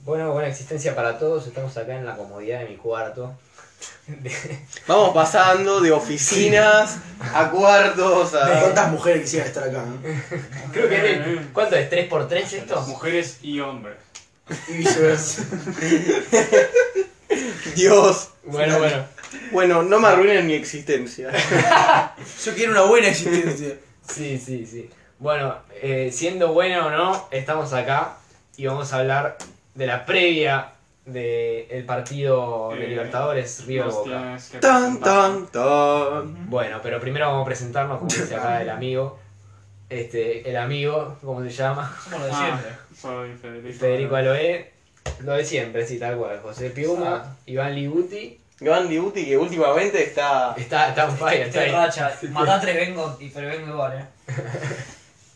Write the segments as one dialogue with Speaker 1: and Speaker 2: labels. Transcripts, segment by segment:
Speaker 1: Bueno, buena existencia para todos. Estamos acá en la comodidad de mi cuarto. De-
Speaker 2: Vamos pasando de oficinas a cuartos
Speaker 3: ¿De
Speaker 2: a.
Speaker 3: cuántas mujeres quisieran estar acá? eh?
Speaker 1: Creo que es de- ¿Cuánto es? ¿3x3 esto?
Speaker 4: Mujeres y hombres.
Speaker 3: Y viceversa.
Speaker 2: Dios.
Speaker 1: Bueno, bueno.
Speaker 2: Bueno, no me arruinen mi existencia.
Speaker 3: Yo quiero una buena existencia.
Speaker 1: Sí, sí, sí. Bueno, eh, siendo bueno o no, estamos acá y vamos a hablar de la previa del partido de
Speaker 4: Eh,
Speaker 1: Libertadores Río
Speaker 4: Nos
Speaker 1: Boca.
Speaker 4: tienes que
Speaker 2: Tan,
Speaker 4: presentar.
Speaker 2: tan, tan.
Speaker 1: Bueno, pero primero vamos a presentarnos, como dice acá el amigo. Este, el amigo, ¿cómo se llama?
Speaker 5: Como de
Speaker 4: Ah.
Speaker 5: siempre.
Speaker 4: Soy Federico.
Speaker 1: Federico Aloe. Lo de siempre, sí, tal cual. José Piuma, Iván Liguti.
Speaker 2: Iván Dibuti, que últimamente está.
Speaker 1: Está, está on fire, está
Speaker 5: Este
Speaker 1: ahí.
Speaker 5: racha. Matá tres vengo y pero vengo igual, eh.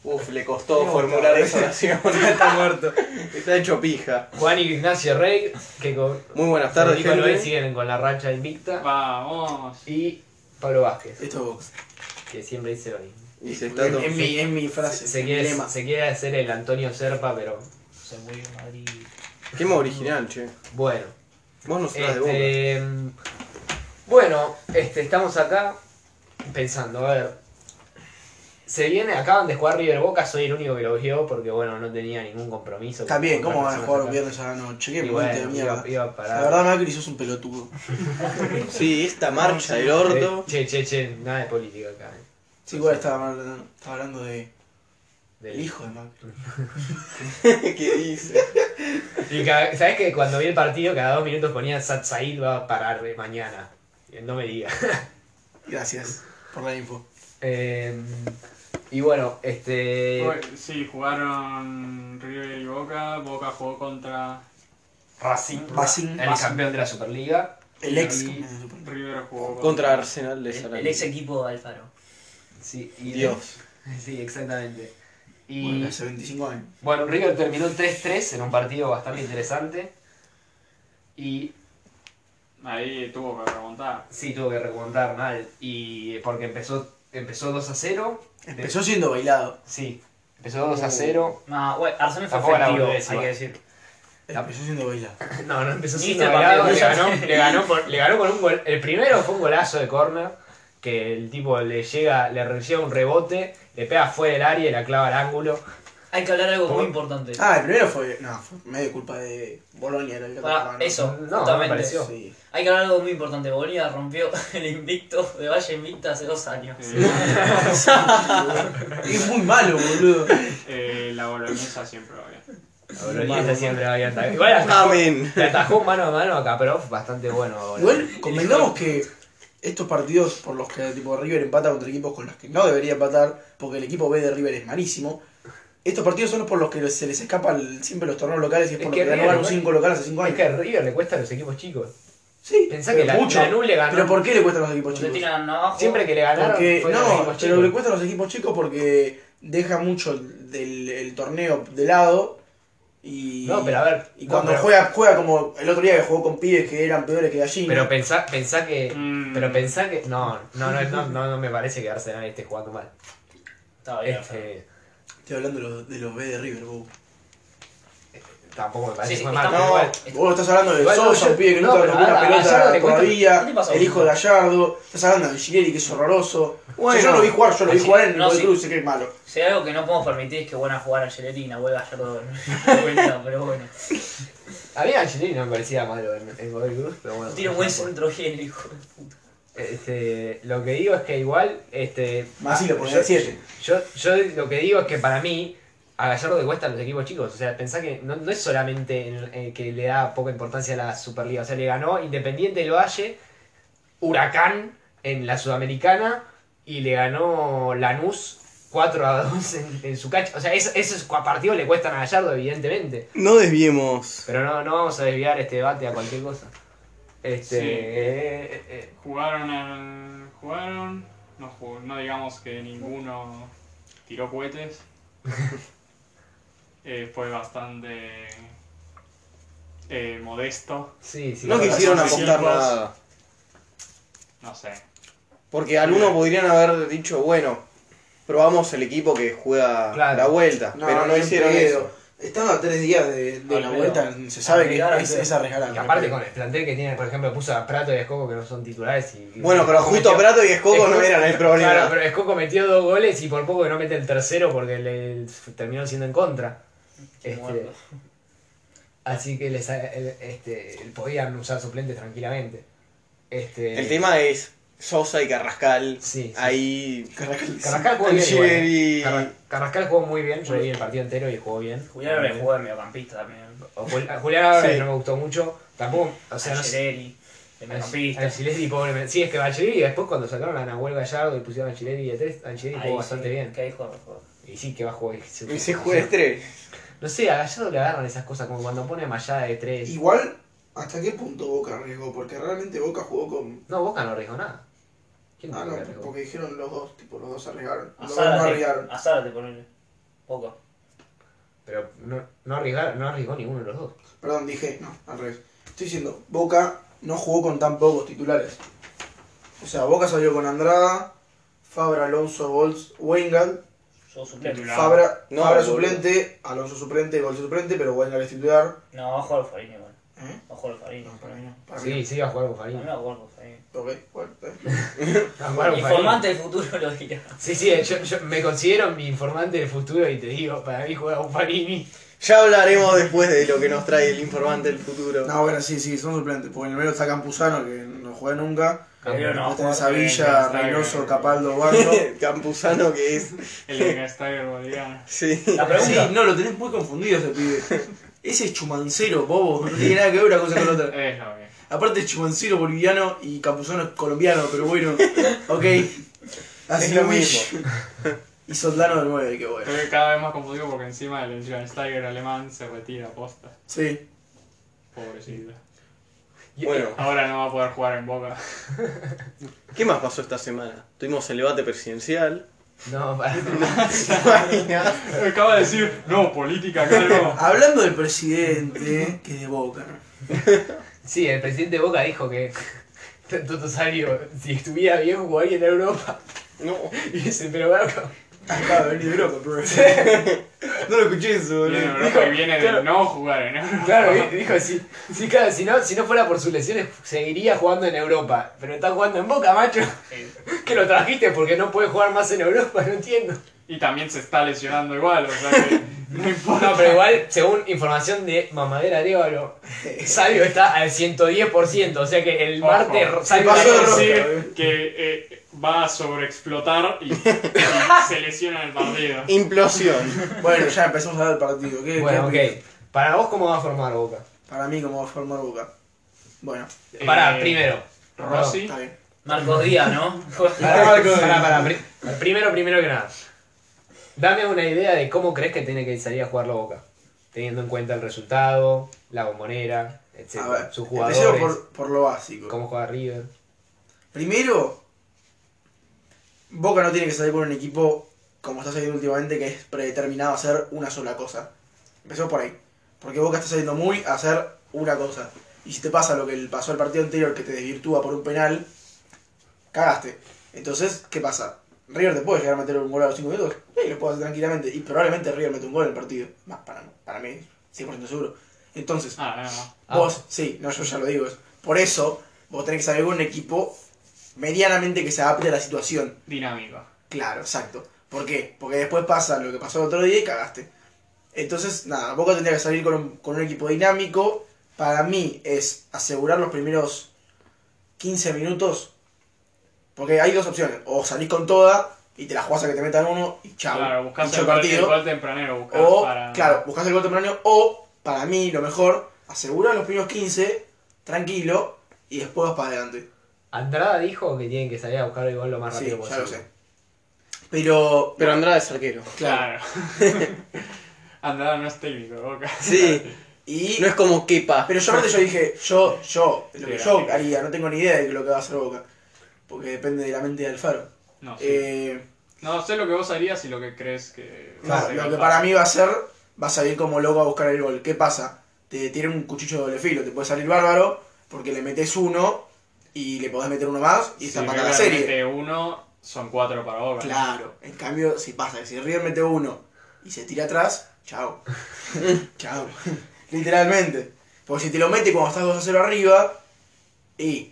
Speaker 2: Uf, le costó formular esa oración.
Speaker 3: Está muerto.
Speaker 2: Está hecho pija.
Speaker 1: Juan Ignacio Rey, que con
Speaker 2: Muy buenas tardes,
Speaker 1: Federico Aloe
Speaker 2: gente.
Speaker 1: siguen con la racha invicta.
Speaker 4: Vamos.
Speaker 1: Y Pablo Vázquez,
Speaker 3: Esto es box.
Speaker 1: que siempre dice lo mismo.
Speaker 2: Y se está
Speaker 3: Es,
Speaker 2: to-
Speaker 3: es mi, es mi frase.
Speaker 1: Se
Speaker 3: mi
Speaker 1: quiere,
Speaker 3: lema.
Speaker 1: se quiere hacer el Antonio Serpa, pero
Speaker 5: Se murió en Madrid.
Speaker 2: Qué más original, che.
Speaker 1: bueno.
Speaker 2: Vos no serás de boca.
Speaker 1: Este, bueno, este, estamos acá pensando, a ver. Se viene, acaban de jugar River Boca, soy el único que lo vio porque bueno, no tenía ningún compromiso.
Speaker 3: Está bien, ¿cómo van a jugar un
Speaker 1: bien?
Speaker 3: viernes a la noche? Qué
Speaker 1: Y
Speaker 3: puente de
Speaker 1: bueno,
Speaker 3: mierda.
Speaker 1: iba, iba a parar.
Speaker 3: La verdad, Macri sos un pelotudo.
Speaker 2: Sí, esta marcha del orto.
Speaker 1: Che, che, che, nada de política acá. eh.
Speaker 3: Sí, igual estaba, hablando- estaba hablando de
Speaker 1: Del-
Speaker 3: el hijo de Macri.
Speaker 2: ¿Qué dice?
Speaker 1: Y cada- sabes que cuando vi el partido, cada dos minutos ponía Satsaid va a parar eh, mañana. No me digas.
Speaker 3: Gracias por la info.
Speaker 1: Eh,
Speaker 3: Em,
Speaker 1: y bueno, este.
Speaker 4: Uy, Sí, jugaron River y Boca. Boca jugó contra
Speaker 1: Racing.
Speaker 3: Racing.
Speaker 1: El campeón de la Superliga.
Speaker 3: El ex.
Speaker 4: Y- River jugó
Speaker 2: Contra Arsenal de
Speaker 5: El, el ex
Speaker 2: Sarandí.
Speaker 5: equipo de Alfaro.
Speaker 1: Sí, y
Speaker 2: Dios.
Speaker 1: Sí, exactamente. Y
Speaker 3: Bueno,
Speaker 1: bueno,
Speaker 3: hace 25 años.
Speaker 1: River terminó 3-3 en un partido bastante interesante. Y
Speaker 4: Ahí tuvo que remontar.
Speaker 1: sí, tuvo que remontar mal. Y eh, porque empezó, empezó 2 a 0.
Speaker 3: Empezó Uh. siendo bailado.
Speaker 1: Sí, empezó 2 a 0.
Speaker 5: No, güey, Arsenal fue
Speaker 1: Tampoco la
Speaker 5: efectivo,
Speaker 1: boludez,
Speaker 5: hay
Speaker 1: igual.
Speaker 5: que decir.
Speaker 3: Empezó siendo bailado.
Speaker 1: No, no empezó
Speaker 5: Ni
Speaker 1: siendo
Speaker 5: este
Speaker 1: goleado, le
Speaker 5: partido.
Speaker 1: ganó, le, ganó por- le ganó con un gol. El primero fue un golazo de córner, que el tipo le llega, le recibe un rebote, le pega fuera del área y la clava al ángulo.
Speaker 5: Hay que hablar de algo
Speaker 1: ¿Cómo?
Speaker 5: muy importante.
Speaker 3: Ah, el primero fue. No, fue medio culpa de Bolonia. Era el que
Speaker 5: Para,
Speaker 3: atacaba, ¿no?
Speaker 5: Ah, eso,
Speaker 1: No, no me
Speaker 5: justamente.
Speaker 1: pareció.
Speaker 3: Sí.
Speaker 5: Hay que hablar de algo muy importante. Bolivia rompió el invicto de Valle Invicta hace dos años.
Speaker 4: Eh,
Speaker 3: Es muy malo, boludo.
Speaker 4: eh, la boloñesa siempre va bien.
Speaker 1: Pero el Iniesta siempre va bien atajado. Igual atajó,
Speaker 2: Amén.
Speaker 1: le atajó mano a mano a Kaprov, bastante bueno. boludo.
Speaker 3: Igual, convengamos que estos partidos por los que tipo River empata contra equipos con los que no debería empatar, porque el equipo B de River es malísimo. Estos partidos son por los que se les escapan siempre los torneos locales y es
Speaker 1: Es
Speaker 3: por
Speaker 1: que
Speaker 3: los que
Speaker 1: River
Speaker 3: ganaron
Speaker 1: no-
Speaker 3: 5 locales hace 5
Speaker 1: Es
Speaker 3: años.
Speaker 1: que a River le cuesta a los equipos chicos.
Speaker 3: Sí,
Speaker 1: Pensá
Speaker 3: pero
Speaker 1: que la,
Speaker 3: mucho.
Speaker 1: Lanús le ganó.
Speaker 3: ¿Pero por qué le cuestan los equipos
Speaker 5: Te
Speaker 3: chicos?
Speaker 5: tiran abajo.
Speaker 1: Siempre que le ganaron
Speaker 3: Porque,
Speaker 1: fue a los
Speaker 3: no,
Speaker 1: equipos
Speaker 3: pero le
Speaker 1: chicos.
Speaker 3: cuestan los equipos chicos porque deja mucho el- del el torneo de lado y,
Speaker 1: No, pero a ver.
Speaker 3: y
Speaker 1: no,
Speaker 3: cuando
Speaker 1: pero-
Speaker 3: juega, juega como el otro día que jugó con pibes que eran peores que gallina.
Speaker 1: Pero pensá, pensá que.
Speaker 4: Mm.
Speaker 1: Pero pensá que. No, no, no, no, no, no me parece que Arsenal esté jugando mal.
Speaker 5: Está bien.
Speaker 1: Este,
Speaker 3: Estoy hablando de los, de los B de River, vos.
Speaker 1: tampoco me parece
Speaker 5: Sí, sí,
Speaker 1: que fue mal.
Speaker 5: está-
Speaker 1: pero
Speaker 2: no.
Speaker 1: igual.
Speaker 3: Vos estás hablando de
Speaker 1: Igual no,
Speaker 3: Sosa,
Speaker 1: yo-
Speaker 3: un pibe que
Speaker 1: no,
Speaker 3: no toca
Speaker 1: pero
Speaker 3: ninguna
Speaker 1: a- a Gallardo
Speaker 3: pelota
Speaker 1: le cuesta-
Speaker 3: todavía,
Speaker 5: ¿Qué le pasó?
Speaker 3: el hijo de Gallardo, estás hablando de Gileri que es horroroso.
Speaker 2: Bueno.
Speaker 3: Si yo lo vi jugar, yo lo vi
Speaker 5: Sí,
Speaker 3: jugar en el
Speaker 5: no,
Speaker 3: Godoy
Speaker 5: sí.
Speaker 3: Cruz y que es malo.
Speaker 5: Si hay algo que no podemos permitir es que buena jugar a Angeleri y Nahuel Gallardo en cuenta, pero bueno.
Speaker 1: A mí Angelini no me parecía malo en, en Godoy Cruz, pero bueno.
Speaker 5: Tiene un buen centro bien, hijo.
Speaker 1: Este, lo que digo es que igual. Este,
Speaker 3: Más si
Speaker 1: ah,
Speaker 3: lo ponía
Speaker 1: yo-
Speaker 3: al 7.
Speaker 1: Yo, yo lo que digo es que para mí, a Gallardo le cuestan los equipos chicos. O sea, pensá que no, no es solamente en- en que le da poca importancia a la Superliga. O sea, le ganó Independiente del Valle, Huracán en la Sudamericana y le ganó Lanús 4 a 2 en, en su cancha. O sea, es- esos cua- partidos le cuestan a Gallardo, evidentemente.
Speaker 2: No desviemos.
Speaker 1: Pero no, no vamos a desviar este debate a cualquier cosa. Este.
Speaker 4: Sí.
Speaker 1: eh, eh,
Speaker 4: Jugaron al. Jugaron. No, jugó- no digamos que ninguno tiró cohetes. Eh, fue bastante. eh, modesto.
Speaker 1: sí, sí.
Speaker 2: No
Speaker 1: la verdad.
Speaker 2: quisieron
Speaker 4: sí,
Speaker 2: apostar
Speaker 4: sí,
Speaker 2: nada.
Speaker 4: No sé.
Speaker 2: Porque algunos podrían haber dicho, bueno, probamos el equipo que juega
Speaker 1: Claro.
Speaker 2: la vuelta. pero no
Speaker 3: ni en
Speaker 2: hicieron
Speaker 3: pedo.
Speaker 2: eso.
Speaker 3: Estando a tres días de, de la
Speaker 5: Olmedo.
Speaker 3: vuelta, se sabe que
Speaker 5: Arriesgar,
Speaker 3: es,
Speaker 5: Olmedo.
Speaker 3: es arriesgar
Speaker 1: Y
Speaker 3: algo.
Speaker 1: aparte con el plantel que tiene, por ejemplo, puso a Prato y a Escoco que no son titulares. Y,
Speaker 2: Bueno, pero justo
Speaker 1: metió-
Speaker 2: Prato y Escoco no eran el problema.
Speaker 1: Claro, pero Escoco metió dos goles y por poco que no mete el tercero porque le terminó siendo en contra.
Speaker 5: Qué
Speaker 1: Este,
Speaker 5: muerto.
Speaker 1: Así que les, el- este, podían usar suplentes tranquilamente. Este,
Speaker 2: El tema Ah, es Sosa y Carrascal.
Speaker 1: Sí, sí.
Speaker 2: Ahí.
Speaker 3: Caracas.
Speaker 1: Carrascal jugó bien. igual, eh.
Speaker 2: Angeli-
Speaker 1: Carra- Carrascal jugó muy bien, yo lo vi el partido entero y jugó bien.
Speaker 5: Julián ahora jugó de mediocampista también.
Speaker 1: O Jul- a Julián Álvarez
Speaker 2: Sí.
Speaker 1: no me gustó mucho. Tampoco, o sea, no sé.
Speaker 5: Angeleri, de mediocampista.
Speaker 1: Angeleri, pobre. me- Sí, es que Angeleri después cuando sacaron a Nahuel Gallardo y pusieron a Angeleri de tres, Angeleri
Speaker 5: Ahí
Speaker 1: jugó bastante
Speaker 5: sí,
Speaker 1: bien.
Speaker 5: Que ahí juega mejor.
Speaker 1: Y sí, que va a jugar. se-
Speaker 2: Y se juega este. estrés.
Speaker 1: No sé, a Gallardo le agarran esas cosas, como cuando pone Mayada de tres.
Speaker 3: Igual, ¿hasta qué punto Boca arriesgó? Porque realmente Boca jugó con.
Speaker 1: No, Boca no arriesgó nada. ¿Quién
Speaker 3: Ah,
Speaker 1: dijo que
Speaker 3: no,
Speaker 1: arriesgó?
Speaker 3: porque dijeron los dos, tipo, los dos arriesgaron.
Speaker 5: A
Speaker 3: Los dos no
Speaker 5: Zárate,
Speaker 3: arriesgaron.
Speaker 5: a Zárate ponele. Poco.
Speaker 1: Pero no, no, arriesgar- no arriesgó ninguno de los dos.
Speaker 3: Perdón, dije, no, al revés. Estoy diciendo, Boca no jugó con tan pocos titulares. O sea, Boca salió con Andrada, Fabra, Alonso, Golds, Wengal,
Speaker 5: Yo suplente.
Speaker 4: Titular.
Speaker 3: Fabra,
Speaker 2: No,
Speaker 3: Fabra
Speaker 2: boludo.
Speaker 3: suplente, Alonso suplente, Golds suplente, pero Wengal es titular.
Speaker 5: No, va a jugar Farini igual.
Speaker 3: ¿Eh?
Speaker 5: Va a jugar Farini.
Speaker 3: No, para mí no. Para
Speaker 1: Sí,
Speaker 3: mí
Speaker 1: sí, iba a jugar con
Speaker 5: Para mí
Speaker 1: Farín.
Speaker 5: va a jugar Farini.
Speaker 3: no. Ok, bueno, está bien.
Speaker 1: Iba a jugar con Farín.
Speaker 5: Informante del futuro lo dirá.
Speaker 1: Sí, sí, yo, yo me considero mi informante del futuro y te digo, para mí juega un Farini.
Speaker 2: Ya hablaremos después de lo que nos trae el informante del futuro.
Speaker 3: No, bueno, sí, sí, son suplentes. Porque en el medio está Campuzano, que no juega nunca.
Speaker 5: Pero no,
Speaker 3: Después tenés a
Speaker 4: juega
Speaker 3: Villa,
Speaker 4: Wengal,
Speaker 3: Reynoso,
Speaker 4: está
Speaker 3: Capaldo, Barrio.
Speaker 2: Campuzano que es.
Speaker 4: El de Gastager Boliviano.
Speaker 2: Sí.
Speaker 5: La
Speaker 3: Sí,
Speaker 5: pregunta.
Speaker 3: no, lo tenés muy confundido ese pibe. Ese es chumancero, bobo. No tiene nada que ver una cosa con la otra.
Speaker 4: Es lo que.
Speaker 3: Aparte, chumancero boliviano y Campuzano es colombiano, pero bueno. Ok.
Speaker 2: Es lo mismo.
Speaker 3: Y Soldano del 9, qué bueno.
Speaker 4: Estoy cada vez más confundido porque encima el Steiger alemán se retira posta.
Speaker 3: Sí.
Speaker 4: Pobrecito.
Speaker 1: Y- eh,
Speaker 2: Bueno,
Speaker 4: Ahora no va a poder jugar en Boca.
Speaker 2: ¿qué más pasó esta semana? Tuvimos el debate presidencial.
Speaker 1: No, para-
Speaker 4: Acaba de decir, no, política acá no.
Speaker 3: Hablando del presidente, que es de Boca.
Speaker 1: Sí, el presidente de Boca dijo que Toto Salio, si estuviera bien, jugaría en Europa.
Speaker 2: No.
Speaker 1: Y dice, pero Boca.
Speaker 3: Ah, Acaba de venir de Europa, bro.
Speaker 2: No lo escuché eso,
Speaker 4: Viene en
Speaker 2: boludo.
Speaker 4: Europa y viene
Speaker 1: claro.
Speaker 4: de no jugar en Europa.
Speaker 1: Claro, y dijo, si, si, claro, si, no, si no fuera por sus lesiones, seguiría jugando en Europa. Pero está jugando en Boca, macho. Que lo trajiste porque no puede jugar más en Europa, no entiendo.
Speaker 4: Y también se está lesionando igual, o sea que no importa.
Speaker 1: No, pero igual, según información de Mamadera Arevalo, Sabio está al 110%, o sea que el
Speaker 4: Ojo.
Speaker 1: martes
Speaker 4: Hay
Speaker 1: Sabio
Speaker 3: pasó
Speaker 4: que
Speaker 3: de
Speaker 1: va a-
Speaker 3: rojo.
Speaker 4: decir
Speaker 3: Roca,
Speaker 4: que eh, va a sobreexplotar y, y se lesiona en el partido.
Speaker 2: Implosión.
Speaker 3: Bueno, ya empezamos a ver el partido. ¿Qué-
Speaker 1: Bueno,
Speaker 3: qué-
Speaker 1: ok. Para vos, ¿cómo va a formar Boca?
Speaker 3: Para mí, como va a formar Boca. Bueno,
Speaker 1: Para,
Speaker 4: Eh,
Speaker 1: primero.
Speaker 4: Rossi,
Speaker 3: está bien.
Speaker 5: Marcos Díaz, ¿no?
Speaker 1: Para, para, para, pri- primero, primero que nada. Dame una idea de cómo crees que tiene que salir a jugar la Boca. Teniendo en cuenta el resultado, la bombonera, etc.
Speaker 3: A ver,
Speaker 1: Sus
Speaker 3: empecemos
Speaker 1: jugadores,
Speaker 3: por, por lo básico.
Speaker 1: cómo juega River.
Speaker 3: Primero, Boca no tiene que salir con un equipo como está saliendo últimamente, que es predeterminado a hacer una sola cosa. Empezó por ahí. Porque Boca está saliendo muy a hacer una cosa. Y si te pasa lo que le pasó al partido anterior, que te desvirtúa por un penal, cagaste. Entonces, ¿qué pasa? River te puede llegar a meter un gol a los 5 minutos. Sí, lo puede hacer tranquilamente. Y probablemente River mete un gol en el partido. Más para, para mí, 100% seguro. Entonces,
Speaker 4: ah, no, no.
Speaker 1: Ah.
Speaker 3: Vos, sí, no, yo ya lo digo. es- Por eso, vos tenés que saber con un equipo medianamente que se adapte a la situación.
Speaker 4: dinámico.
Speaker 3: Claro, exacto. ¿Por qué? Porque después pasa lo que pasó el otro día y cagaste. Entonces, nada, Boca tendría que salir con un, con un equipo dinámico. Para mí es asegurar los primeros 15 minutos. Porque hay dos opciones. O salís con toda y te la jugás a que te metan uno y chao.
Speaker 4: Claro, buscas
Speaker 3: Pincho
Speaker 4: el gol, el gol tempranero, buscas
Speaker 3: o,
Speaker 4: para.
Speaker 3: claro, buscas el gol temprano. O, para mí, lo mejor, asegura los primeros 15, tranquilo, y después vas para adelante.
Speaker 1: Andrada dijo que tienen que salir a buscar el gol lo más
Speaker 3: Sí,
Speaker 1: rápido
Speaker 3: ya
Speaker 1: posible.
Speaker 3: lo sé. Pero,
Speaker 2: Pero Andrade es arquero.
Speaker 3: claro.
Speaker 4: Claro. Andrada no es técnico, de Boca.
Speaker 2: Sí.
Speaker 3: Y,
Speaker 2: No es como Kepa.
Speaker 3: pero yo antes yo dije, yo, yo, lo que
Speaker 4: Sí,
Speaker 3: yo
Speaker 4: sí.
Speaker 3: haría, no tengo ni idea de lo que va a hacer Boca. Porque depende de la mente de Alfaro.
Speaker 4: No, sí.
Speaker 3: Eh,
Speaker 4: no sé lo que vos harías y lo que crees que.
Speaker 3: nada, lo que para mí va a ser, va a salir como loco a buscar el gol. ¿Qué pasa? Te tiene un cuchillo de doble filo, te puede salir bárbaro, porque le metes uno y le podés meter uno más y
Speaker 4: Si
Speaker 3: está para la
Speaker 4: River
Speaker 3: serie.
Speaker 4: mete uno, son cuatro para Boca.
Speaker 3: Claro, en cambio, si pasa que si River mete uno y se tira atrás, Chao. Chao. Literalmente. Porque si te lo mete cuando estás 2 a 0 arriba, y